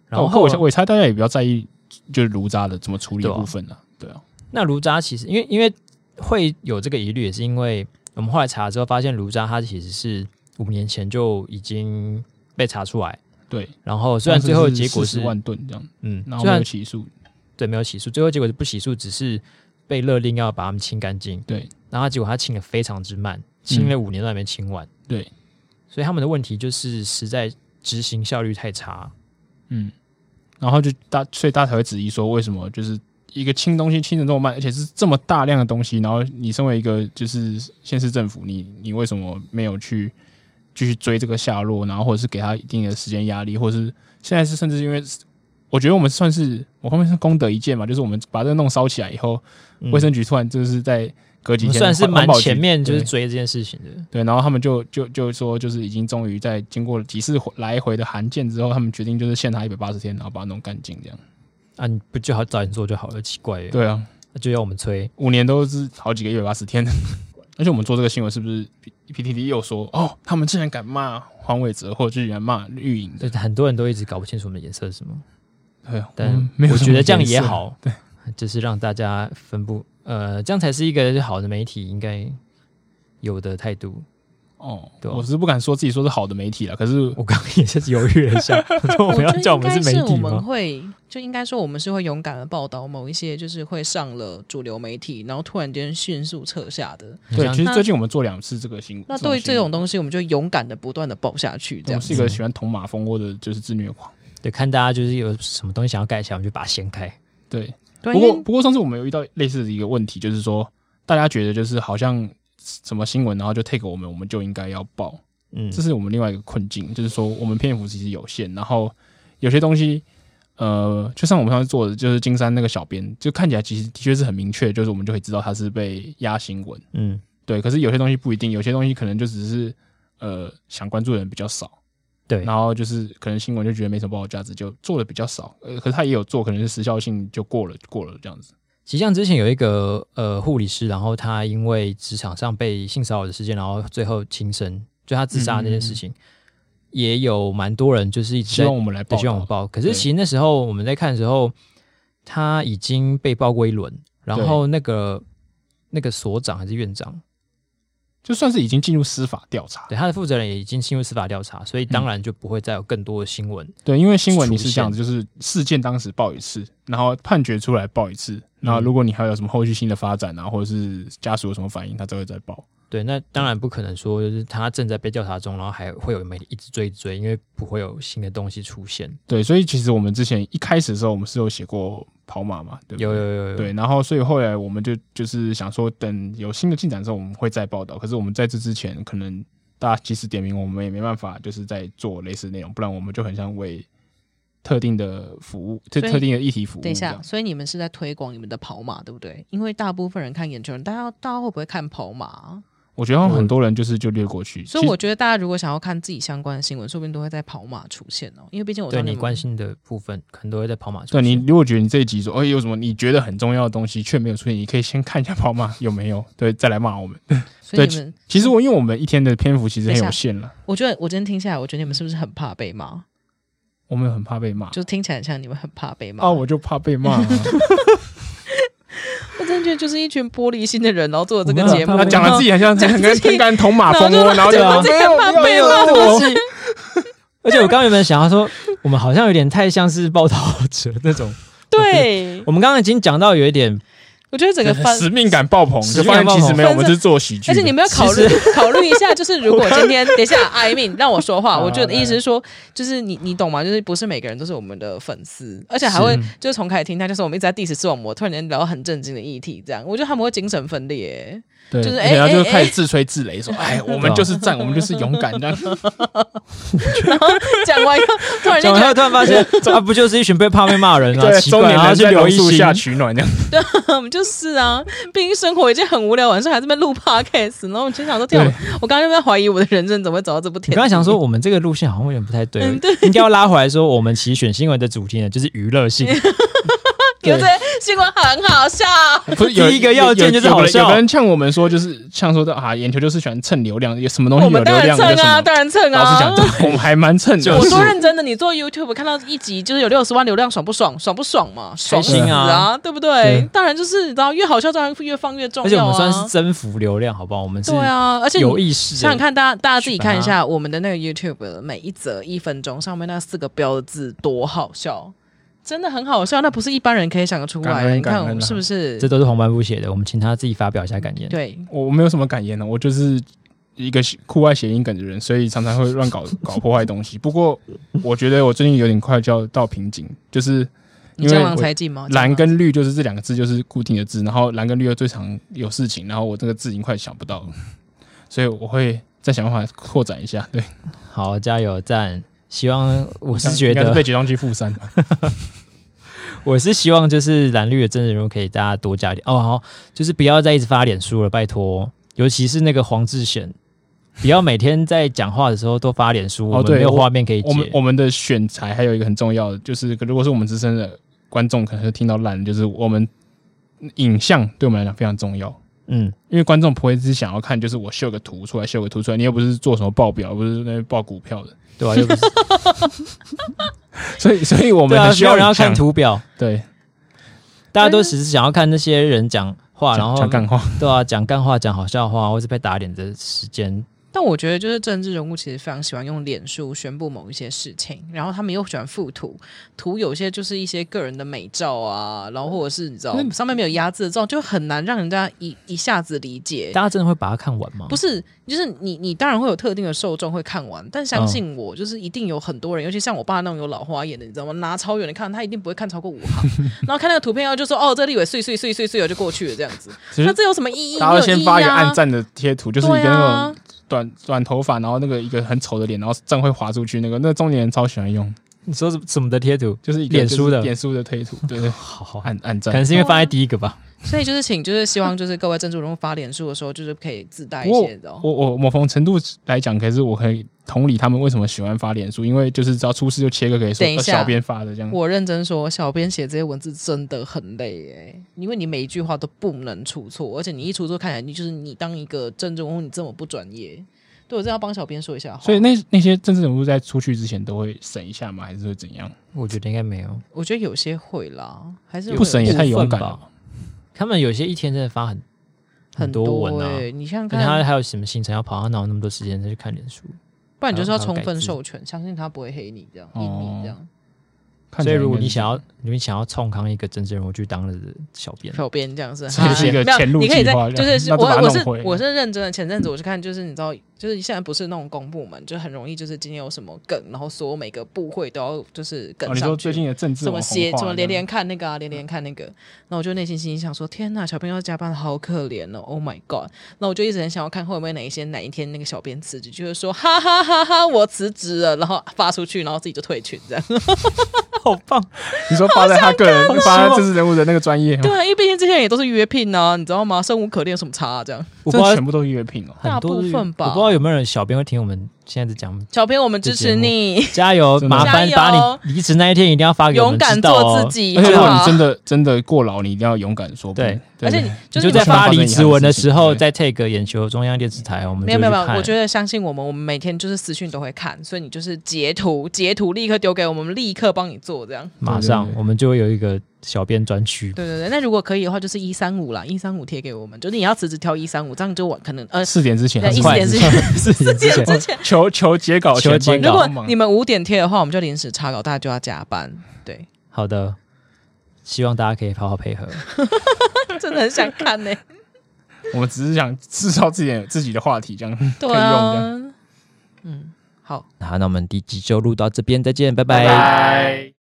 Speaker 1: 然
Speaker 2: 然
Speaker 1: 后
Speaker 2: 后我我猜大家也比较在意，就是炉渣的怎么处理的部分啊。对啊，
Speaker 1: 那卢渣其实因为因为会有这个疑虑，也是因为我们后来查之后发现，卢渣它其实是五年前就已经被查出来，
Speaker 2: 对。
Speaker 1: 然后虽然最后结果是
Speaker 2: 40万吨这样，
Speaker 1: 嗯，
Speaker 2: 然后
Speaker 1: 虽
Speaker 2: 没
Speaker 1: 然
Speaker 2: 有起诉，
Speaker 1: 对没有洗漱，最后结果是不洗漱，只是被勒令要把它们清干净，
Speaker 2: 对
Speaker 1: 然后结果它清的非常之慢，清了五年都还没清完，
Speaker 2: 对，
Speaker 1: 所以他们的问题就是实在执行效率太差，
Speaker 2: 嗯。然后就大，所以大家才会质疑说，为什么就是一个清东西清的这么慢，而且是这么大量的东西，然后你身为一个就是县市政府，你你为什么没有去继续追这个下落，然后或者是给他一定的时间压力，或者是现在是甚至因为我觉得我们算是我后面是功德一件嘛，就是我们把这个弄烧起来以后，
Speaker 1: 嗯
Speaker 2: 卫生局突然就是在隔几
Speaker 1: 我们
Speaker 2: 天
Speaker 1: 算是
Speaker 2: 环
Speaker 1: 蛮
Speaker 2: 环保局
Speaker 1: 前面就是
Speaker 2: 对
Speaker 1: 追这件事情的，
Speaker 2: 对，然后他们就就就说，就是已经终于在经过几次回来回的函件之后，他们决定就是限他一百八十天，然后把它弄干净这样。
Speaker 1: 啊，你不就好早点做就好了，奇怪耶，
Speaker 2: 对啊，
Speaker 1: 那就要我们催，
Speaker 2: 五年都是好几个月八十天， 而且我们做这个新闻是不是 P P T T 又说哦，他们竟然敢骂黄伟哲，或者竟然骂绿营
Speaker 1: 所
Speaker 2: 的
Speaker 1: 以，很多人都一直搞不清楚我们的颜色是什么。
Speaker 2: 对啊，我
Speaker 1: 但
Speaker 2: 们没有
Speaker 1: 我
Speaker 2: 什么
Speaker 1: 觉得这样
Speaker 2: 颜色
Speaker 1: 也，好，对，就是让大家分布，呃，这样才是一个好的媒体应该有的态度。
Speaker 2: 哦，
Speaker 1: 对啊
Speaker 2: 我是不敢说自己说是好的媒体了，可是
Speaker 1: 我刚刚也是犹豫了一 下，我 说我
Speaker 3: 哦
Speaker 1: 们要叫我们
Speaker 3: 是
Speaker 1: 媒
Speaker 3: 我
Speaker 1: 体
Speaker 3: 们
Speaker 1: 吗？
Speaker 3: 会就应该说我们是会勇敢的报道某一些就是会上了主流媒体，然后突然间迅速撤下的。
Speaker 2: 对，
Speaker 1: 像
Speaker 2: 其实
Speaker 3: 那
Speaker 2: 最近我们做两次这个新闻，
Speaker 3: 那对于这
Speaker 2: 新闻
Speaker 3: 种东西，我们就勇敢的不断的报下去，
Speaker 2: 我
Speaker 3: 这样
Speaker 2: 是一
Speaker 3: 子。
Speaker 2: 个喜欢捅马蜂窝的，就是自虐狂。
Speaker 1: 对，看大家就是有什么东西想要盖起来，我们就把它掀开。
Speaker 2: 对，
Speaker 1: 嗯
Speaker 3: 对，
Speaker 2: 不
Speaker 3: 因
Speaker 2: 过
Speaker 3: 为
Speaker 2: 不过上次我们有遇到类似的一个问题，就是说大家觉得就是好像什么新闻，然后就 take 我们，我们就应该要报，
Speaker 1: 嗯
Speaker 2: 这是我们另外一个困境，就是说我们篇幅其实有限，然后有些东西。呃，就像我们上次做的，就是金山那个小编，就看起来其实的确是很明确，就是我们就会知道他是被压新闻，
Speaker 1: 嗯，
Speaker 2: 对。可是有些东西不一定，有些东西可能就只是呃想关注的人比较少，
Speaker 1: 对，
Speaker 2: 然后就是可能新闻就觉得没什么报道价值，就做的比较少。呃，可是他也有做，可能是时效性就过了，过了这样子。
Speaker 1: 其实像之前有一个呃护理师，然后他因为职场上被性骚扰的事件，然后最后轻生，就他自杀的那件事情，也有蛮多人就是一直
Speaker 2: 嗯希
Speaker 1: 在
Speaker 2: 望我们来报
Speaker 1: 对
Speaker 2: 道，
Speaker 1: 希望我们报。可是
Speaker 2: 对
Speaker 1: 其实那时候我们在看的时候，他已经被报过一轮，然后那个那个所长还是院长，
Speaker 2: 就算是已经进入司法调查。
Speaker 1: 对他的负责人也已经进入司法调查，所以
Speaker 2: 嗯
Speaker 1: 当然就不会再有更多的新闻。
Speaker 2: 对，因为新闻你是这样子，就是事件当时报一次，然后判决出来报一次，然
Speaker 3: 嗯
Speaker 2: 后如果你还有什么后续新的发展啊，或者是家属有什么反应，他才会再报。
Speaker 1: 对，那当然不可能说就是他正在被调查中，然后还会有媒体一直追一直追，因为不会有新的东西出现。
Speaker 2: 对，所以其实我们之前一开始的时候，我们是有写过跑马嘛，对不对？
Speaker 1: 有有有有，
Speaker 2: 对，然后所以后来我们就就是想说，等有新的进展之后，我们会再报道。可是我们在这之前，可能大家及时点名，我们也没办法，就是在做类似内容，不然我们就很像为特定的服务，就
Speaker 3: 所以
Speaker 2: 特定的议题服务这
Speaker 3: 等一
Speaker 1: 嗯
Speaker 3: 下
Speaker 2: 样，。
Speaker 3: 所以你们是在推广你们的跑马，对不对？因为大部分人看眼球人，大家大家会不会看跑马啊？
Speaker 2: 我觉得好像很多人就是就略过去，
Speaker 3: 所
Speaker 2: 其
Speaker 3: 以
Speaker 2: 实
Speaker 3: 我觉得大家如果想要看自己相关的新闻，说不定都会在跑马出现哦。因为毕竟我知道
Speaker 1: 对你
Speaker 3: 们
Speaker 1: 关心的部分，可能都会在跑马出
Speaker 2: 对
Speaker 1: 现。
Speaker 2: 你如果觉得你这一集说，哎、有什么你觉得很重要的东西却没有出现，你可以先看一下宝马有没有， 对，再来骂我们。
Speaker 3: 所
Speaker 2: 对
Speaker 3: 以你们，
Speaker 2: 其实我因为我们一天的篇幅其实很
Speaker 3: 等一下
Speaker 2: 有限了，
Speaker 3: 我觉得我今天听下来，我觉得你们是不是很怕被骂？
Speaker 2: 我们很怕被骂
Speaker 3: 就听起来很像你们很怕被骂。
Speaker 1: 哦
Speaker 2: 啊，我就怕被骂、 啊。
Speaker 3: 我真的觉得就是一群玻璃心的人，然后做了这
Speaker 1: 我
Speaker 3: 个
Speaker 1: 们
Speaker 3: 节
Speaker 1: 很怕
Speaker 3: 目，
Speaker 2: 他
Speaker 1: 被
Speaker 2: 讲了自己很像
Speaker 3: 讲
Speaker 2: 很跟
Speaker 3: 自己
Speaker 2: 很敢捅马 蜂窝，然
Speaker 3: 然
Speaker 2: 后
Speaker 3: 后
Speaker 2: 就
Speaker 3: 就
Speaker 2: 说
Speaker 3: 自己
Speaker 2: 啊没有
Speaker 3: 很怕
Speaker 2: 没有
Speaker 3: 被骂
Speaker 2: 没有
Speaker 1: 而且我刚刚原本想要说，我们好像有点太像是报道者那种。
Speaker 3: 对，
Speaker 1: 我们刚刚已经讲到有一 点，
Speaker 3: 我觉得整个翻
Speaker 2: 使命感爆棚，
Speaker 1: 使
Speaker 2: 就
Speaker 1: 命
Speaker 2: 发
Speaker 1: 感
Speaker 2: 现
Speaker 1: 爆
Speaker 2: 其
Speaker 1: 棚
Speaker 2: 实没有，我
Speaker 3: 但是
Speaker 2: 们是做喜剧的。
Speaker 3: 而且你们要考虑 考虑一下，就是如果今天等一下，I mean，让我说话，
Speaker 2: 好
Speaker 3: 我就
Speaker 2: 来
Speaker 3: 的意思是说，就是你你懂吗？就是不是每个人都是我们的粉丝，而且还会就是从开始听他，就是我们一直在 diss 视网膜，突然间聊到很震惊的议题，这样我觉得他们会精神分裂。
Speaker 2: 对，
Speaker 3: 就是哎
Speaker 2: 然后就
Speaker 3: 哎
Speaker 2: 开始自吹自擂，说：“哎，我们就是赞，我们就是勇敢。”这样
Speaker 3: 讲完以后，突
Speaker 1: 讲
Speaker 3: 然间觉
Speaker 1: 完
Speaker 3: 得
Speaker 1: 后突然发 现，啊，不就是一群被怕被骂的人啊？
Speaker 2: 对，
Speaker 1: 奇
Speaker 2: 中
Speaker 1: 怪，
Speaker 2: 年
Speaker 1: 然后
Speaker 2: 人
Speaker 1: 去
Speaker 2: 在
Speaker 1: 留
Speaker 2: 榕
Speaker 1: 一
Speaker 2: 树下
Speaker 1: 心。
Speaker 2: 取暖，这样
Speaker 3: 我们就是啊，毕竟生活已经很无聊，晚上还在那边录 podcast，然后我就想说，天啊，我刚刚就在怀疑我的人生怎么会走到这步田
Speaker 1: 你
Speaker 3: 地。
Speaker 1: 刚才想说，我们这个路线好像有点不太对，
Speaker 3: 嗯
Speaker 1: 应该要拉回来说，我们其实选新闻的主题呢，就是娱乐性。
Speaker 3: 你们这些新闻很好笑。
Speaker 2: 不是有
Speaker 1: 第一个要件就是
Speaker 2: 有有
Speaker 1: 好
Speaker 2: 有
Speaker 1: 笑
Speaker 2: 有人呛我们说，就是呛说到啊，眼球就是喜欢蹭流量，有什么东西
Speaker 3: 我
Speaker 2: 有
Speaker 3: 们当
Speaker 2: 流
Speaker 3: 然
Speaker 2: 量就
Speaker 3: 蹭
Speaker 2: 什
Speaker 3: 啊，
Speaker 2: 么。
Speaker 3: 当然蹭
Speaker 2: 老实
Speaker 3: 啊
Speaker 2: 讲，。真的我们还蛮蹭的。
Speaker 1: 就
Speaker 3: 我
Speaker 1: 是
Speaker 3: 说认真的，你做 YouTube 看到一集就是有六十万流量，爽不爽？爽不爽嘛？爽死
Speaker 1: 开心啊
Speaker 3: 啊，对不对
Speaker 1: 对？
Speaker 3: 当然就是你知道，越好笑当然越放越重
Speaker 1: 而且我
Speaker 3: 要
Speaker 1: 们算是
Speaker 3: 啊。
Speaker 1: 征服流量，好不好？我们是
Speaker 3: 对啊，而且
Speaker 1: 有
Speaker 3: 你
Speaker 1: 意识的。
Speaker 3: 想想看，大家大家自己
Speaker 1: 去把它
Speaker 3: 看一下我们的那个 YouTube 的每一则一分钟上面那四个标志多好笑，真的很好笑，那不是一般人可以想得出来
Speaker 2: 感
Speaker 3: 的。
Speaker 2: 恩
Speaker 3: 你看
Speaker 2: 感
Speaker 3: 我
Speaker 2: 恩
Speaker 3: 们
Speaker 2: 啊
Speaker 3: 是不是
Speaker 1: 这？都是黄斑部写的，我们请他自己发表一下感言。，
Speaker 3: 对，
Speaker 2: 我我没有什么感言呢，啊我就是一个酷爱谐音梗的人，所以常常会乱搞搞破坏东西。不过我觉得我最近有点快就要到瓶颈，就是
Speaker 3: 你
Speaker 2: 因为
Speaker 3: 江郎
Speaker 2: 我
Speaker 3: 才啊尽吗？
Speaker 2: 蓝跟绿就是这两个字就是固定的字，然后蓝跟绿又最常有事情，然后我这个字已经快想不到了，所以我会再想办法扩展一下。对，
Speaker 1: 好，加油，赞！希望我是
Speaker 2: 应
Speaker 1: 觉
Speaker 2: 该是
Speaker 1: 得
Speaker 2: 被解放军附身吧。
Speaker 1: 我是希望就是蓝绿的真人物可以大家多加一点哦，好，就是不要再一直发脸书了，拜托，尤其是那个黄志贤，不要每天在讲话的时候都发脸书，
Speaker 2: 哦
Speaker 1: 我们
Speaker 2: 对
Speaker 1: 没有
Speaker 2: 我
Speaker 1: 画面可以
Speaker 2: 我们
Speaker 1: 截。
Speaker 2: 我们的选材还有一个很重要的，就是如果是我们资深的观众，可能会听到烂，就是我们影像对我们来讲非常重要。
Speaker 1: 嗯，
Speaker 2: 因为观众不会只想要看，就是我秀个图出来，秀个图出来，你又不是做什么报表，不是在那边报股票的，
Speaker 1: 对啊吧、又 不是，
Speaker 2: 所以所以我
Speaker 1: 对
Speaker 2: 们
Speaker 1: 啊
Speaker 2: 很，需
Speaker 1: 没有
Speaker 2: 要
Speaker 1: 人要看
Speaker 2: 影像，
Speaker 1: 图表，
Speaker 2: 对，
Speaker 1: 大家都只是想要看那些人讲话，然
Speaker 2: 讲
Speaker 1: 后
Speaker 2: 讲干话，
Speaker 1: 对啊，讲干话、讲好笑话，或是被打脸的时间
Speaker 3: 但我觉得，就是政治人物其实非常喜欢用脸书宣布某一些事情，然后他们又喜欢附图，图有些就是一些个人的美照啊，然后或者是你知道
Speaker 2: 那
Speaker 3: 上面没有压字的照，就很难让人家一一下子理解。
Speaker 1: 大家真的会把它看完吗？
Speaker 3: 不是，就是你，你当然会有特定的受众会看完，但
Speaker 2: 嗯
Speaker 3: 相信我，就是一定有很多人，尤其像我爸那种有老花眼的，你知道吗？拿超远的看，他一定不会看超过五行， 然后看那个图片，然后就说哦，这立委碎碎碎碎碎，我就过去了这样子。
Speaker 2: 其
Speaker 3: 那
Speaker 2: 实
Speaker 3: 这有什么意义？
Speaker 2: 大家会先发一个暗
Speaker 3: 按，
Speaker 2: 赞的贴图，就是
Speaker 3: 对
Speaker 2: 一个那
Speaker 3: 啊
Speaker 2: 种，短短头发，然后那个一个很丑的脸，然后这样会滑出去，那个那个中年人超喜欢用，
Speaker 1: 你说什什么的贴图？哎
Speaker 2: 就是一个
Speaker 1: 脸书的
Speaker 2: 就是脸书的推图， 对对，
Speaker 1: 好好看，
Speaker 2: 暗暗
Speaker 1: 可
Speaker 2: 赞。
Speaker 1: 能是因为放在第一个吧。
Speaker 3: 所以就是请，就是希望就是各位政治人物发脸书的时候，就是可以自带一
Speaker 2: 不过
Speaker 3: 些的、哦。
Speaker 2: 我我某种程度来讲，可是我可以同理他们为什么喜欢发脸书，因为就是只要出事就切个给说
Speaker 3: 等一
Speaker 2: 呃
Speaker 3: 下
Speaker 2: 小编发的这样。
Speaker 3: 我认真说，小编写这些文字真的很累耶、因为你每一句话都不能出错，而且你一出错，看起来你就是你当一个政治人物，你这么不专业。对我真的要帮小编说一下话，
Speaker 2: 所以那那些政治人物在出去之前都会审一下吗？还是会怎样？
Speaker 1: 我觉得应该没有，
Speaker 3: 我觉得有些会啦，还是
Speaker 2: 不审也太勇敢了
Speaker 1: 部分吧。他们有些一天真的发很
Speaker 3: 很
Speaker 1: 多
Speaker 3: 多欸
Speaker 1: 文啊，
Speaker 3: 耶你想想
Speaker 1: 可能他
Speaker 3: 看，
Speaker 1: 还有什么行程要跑，他哪有那么多时间再去看脸书？
Speaker 3: 不然你就是要充
Speaker 1: 还有改
Speaker 3: 分
Speaker 1: 字
Speaker 3: 授权，相信他不会黑你这样，阴你这样。
Speaker 2: 看起
Speaker 1: 所
Speaker 2: 来
Speaker 1: 以如果你
Speaker 2: 应该是
Speaker 1: 想要，你想要冲康一个政治人物去当了小 编，
Speaker 3: 小编这样是，
Speaker 2: 这是一个
Speaker 3: 没有
Speaker 2: 前路
Speaker 3: 你可以
Speaker 2: 计
Speaker 3: 在
Speaker 2: 划这
Speaker 3: 就
Speaker 2: 样
Speaker 3: 是
Speaker 2: 那就把它
Speaker 3: 我我是
Speaker 2: 弄回
Speaker 3: 我是认真的。前阵子我去看，就是你知道，就是现在不是那种公部门，就很容易就是今天有什么梗，然后所有每个部会都要就是梗
Speaker 2: 哦，你
Speaker 3: 上
Speaker 2: 说
Speaker 3: 去。
Speaker 2: 最近的政治
Speaker 3: 什么
Speaker 2: 网红
Speaker 3: 写
Speaker 2: 化
Speaker 3: 什么连
Speaker 2: 这样
Speaker 3: 连看那个啊，连连看那个，那我就内心心里想说，天呐，小朋友要加班好可怜哦，Oh my god！那我就一直很想要看会不会哪一些哪一天那个小编辞职，就是说哈哈哈哈，我辞职了，然后发出去，然后自己就退群这样。
Speaker 1: 好棒！
Speaker 2: 你说发在他个人
Speaker 1: 看哦
Speaker 2: 发在政治人物的那个专业哦吗，
Speaker 3: 对啊，因为毕竟这些人也都是约聘呢、啊，你知道吗？生无可恋有什么差、啊、这样？
Speaker 1: 我不知
Speaker 2: 这
Speaker 1: 道
Speaker 2: 全部都是乐评哦。
Speaker 1: 很多
Speaker 3: 大部分吧
Speaker 1: 我不知道有没有人小编会听我们现在在讲，
Speaker 3: 小编，我们支持你。
Speaker 1: 加 油！
Speaker 2: 真的
Speaker 1: 麻烦
Speaker 3: 加油
Speaker 1: 把你离职那一天一定要发给我
Speaker 3: 勇
Speaker 1: 们
Speaker 3: 敢
Speaker 1: 知道哦
Speaker 3: 做自。己，
Speaker 2: 而且如
Speaker 3: 好
Speaker 2: 果哎
Speaker 3: 不
Speaker 2: 你
Speaker 3: 好啊
Speaker 2: 真的真的过劳，你一定要勇敢说不。
Speaker 1: 对
Speaker 3: 而且你
Speaker 1: 你
Speaker 3: 就是
Speaker 1: 就
Speaker 3: 你
Speaker 1: 在
Speaker 3: 们
Speaker 1: 发
Speaker 2: 发
Speaker 1: 离职文的时候，
Speaker 2: 在
Speaker 1: 再 take 眼球中央电视台，我们
Speaker 3: 没有没有没有，我觉
Speaker 1: 得
Speaker 3: 得相信我们，我们每天就是私讯都会看，所以你就是截图，截图立刻丢给我们，我们立刻帮你做这样。
Speaker 1: 马上
Speaker 2: 对对对
Speaker 1: 我们就会有一个小编专区。
Speaker 3: 嗯对对对，那如果可以的话，就是一三五啦，一三五贴给我们，就是你要辞职挑一三五，这样就晚可能呃，
Speaker 2: 四点之前
Speaker 3: 对，
Speaker 2: 还是
Speaker 3: 一
Speaker 1: 快
Speaker 3: 点 之
Speaker 1: 很
Speaker 3: 前，
Speaker 1: 是
Speaker 3: 四点
Speaker 1: 前
Speaker 3: 之前。
Speaker 2: 求求截稿
Speaker 1: 求
Speaker 2: 前
Speaker 1: 截
Speaker 2: 帮
Speaker 1: 稿
Speaker 3: 如
Speaker 2: 帮
Speaker 3: 果
Speaker 2: 忙
Speaker 3: 你们五点贴的话，我们就临时查稿，大家就要加班。对，
Speaker 1: 好的，希望大家可以好好配合。
Speaker 3: 真的很想看呢、
Speaker 2: 我们只是想 制造自己的自己的话题，这样
Speaker 3: 对
Speaker 2: 可以
Speaker 3: 啊，嗯，好。
Speaker 1: 好，那我们第一集就录到这边，再见，拜拜
Speaker 2: 拜拜。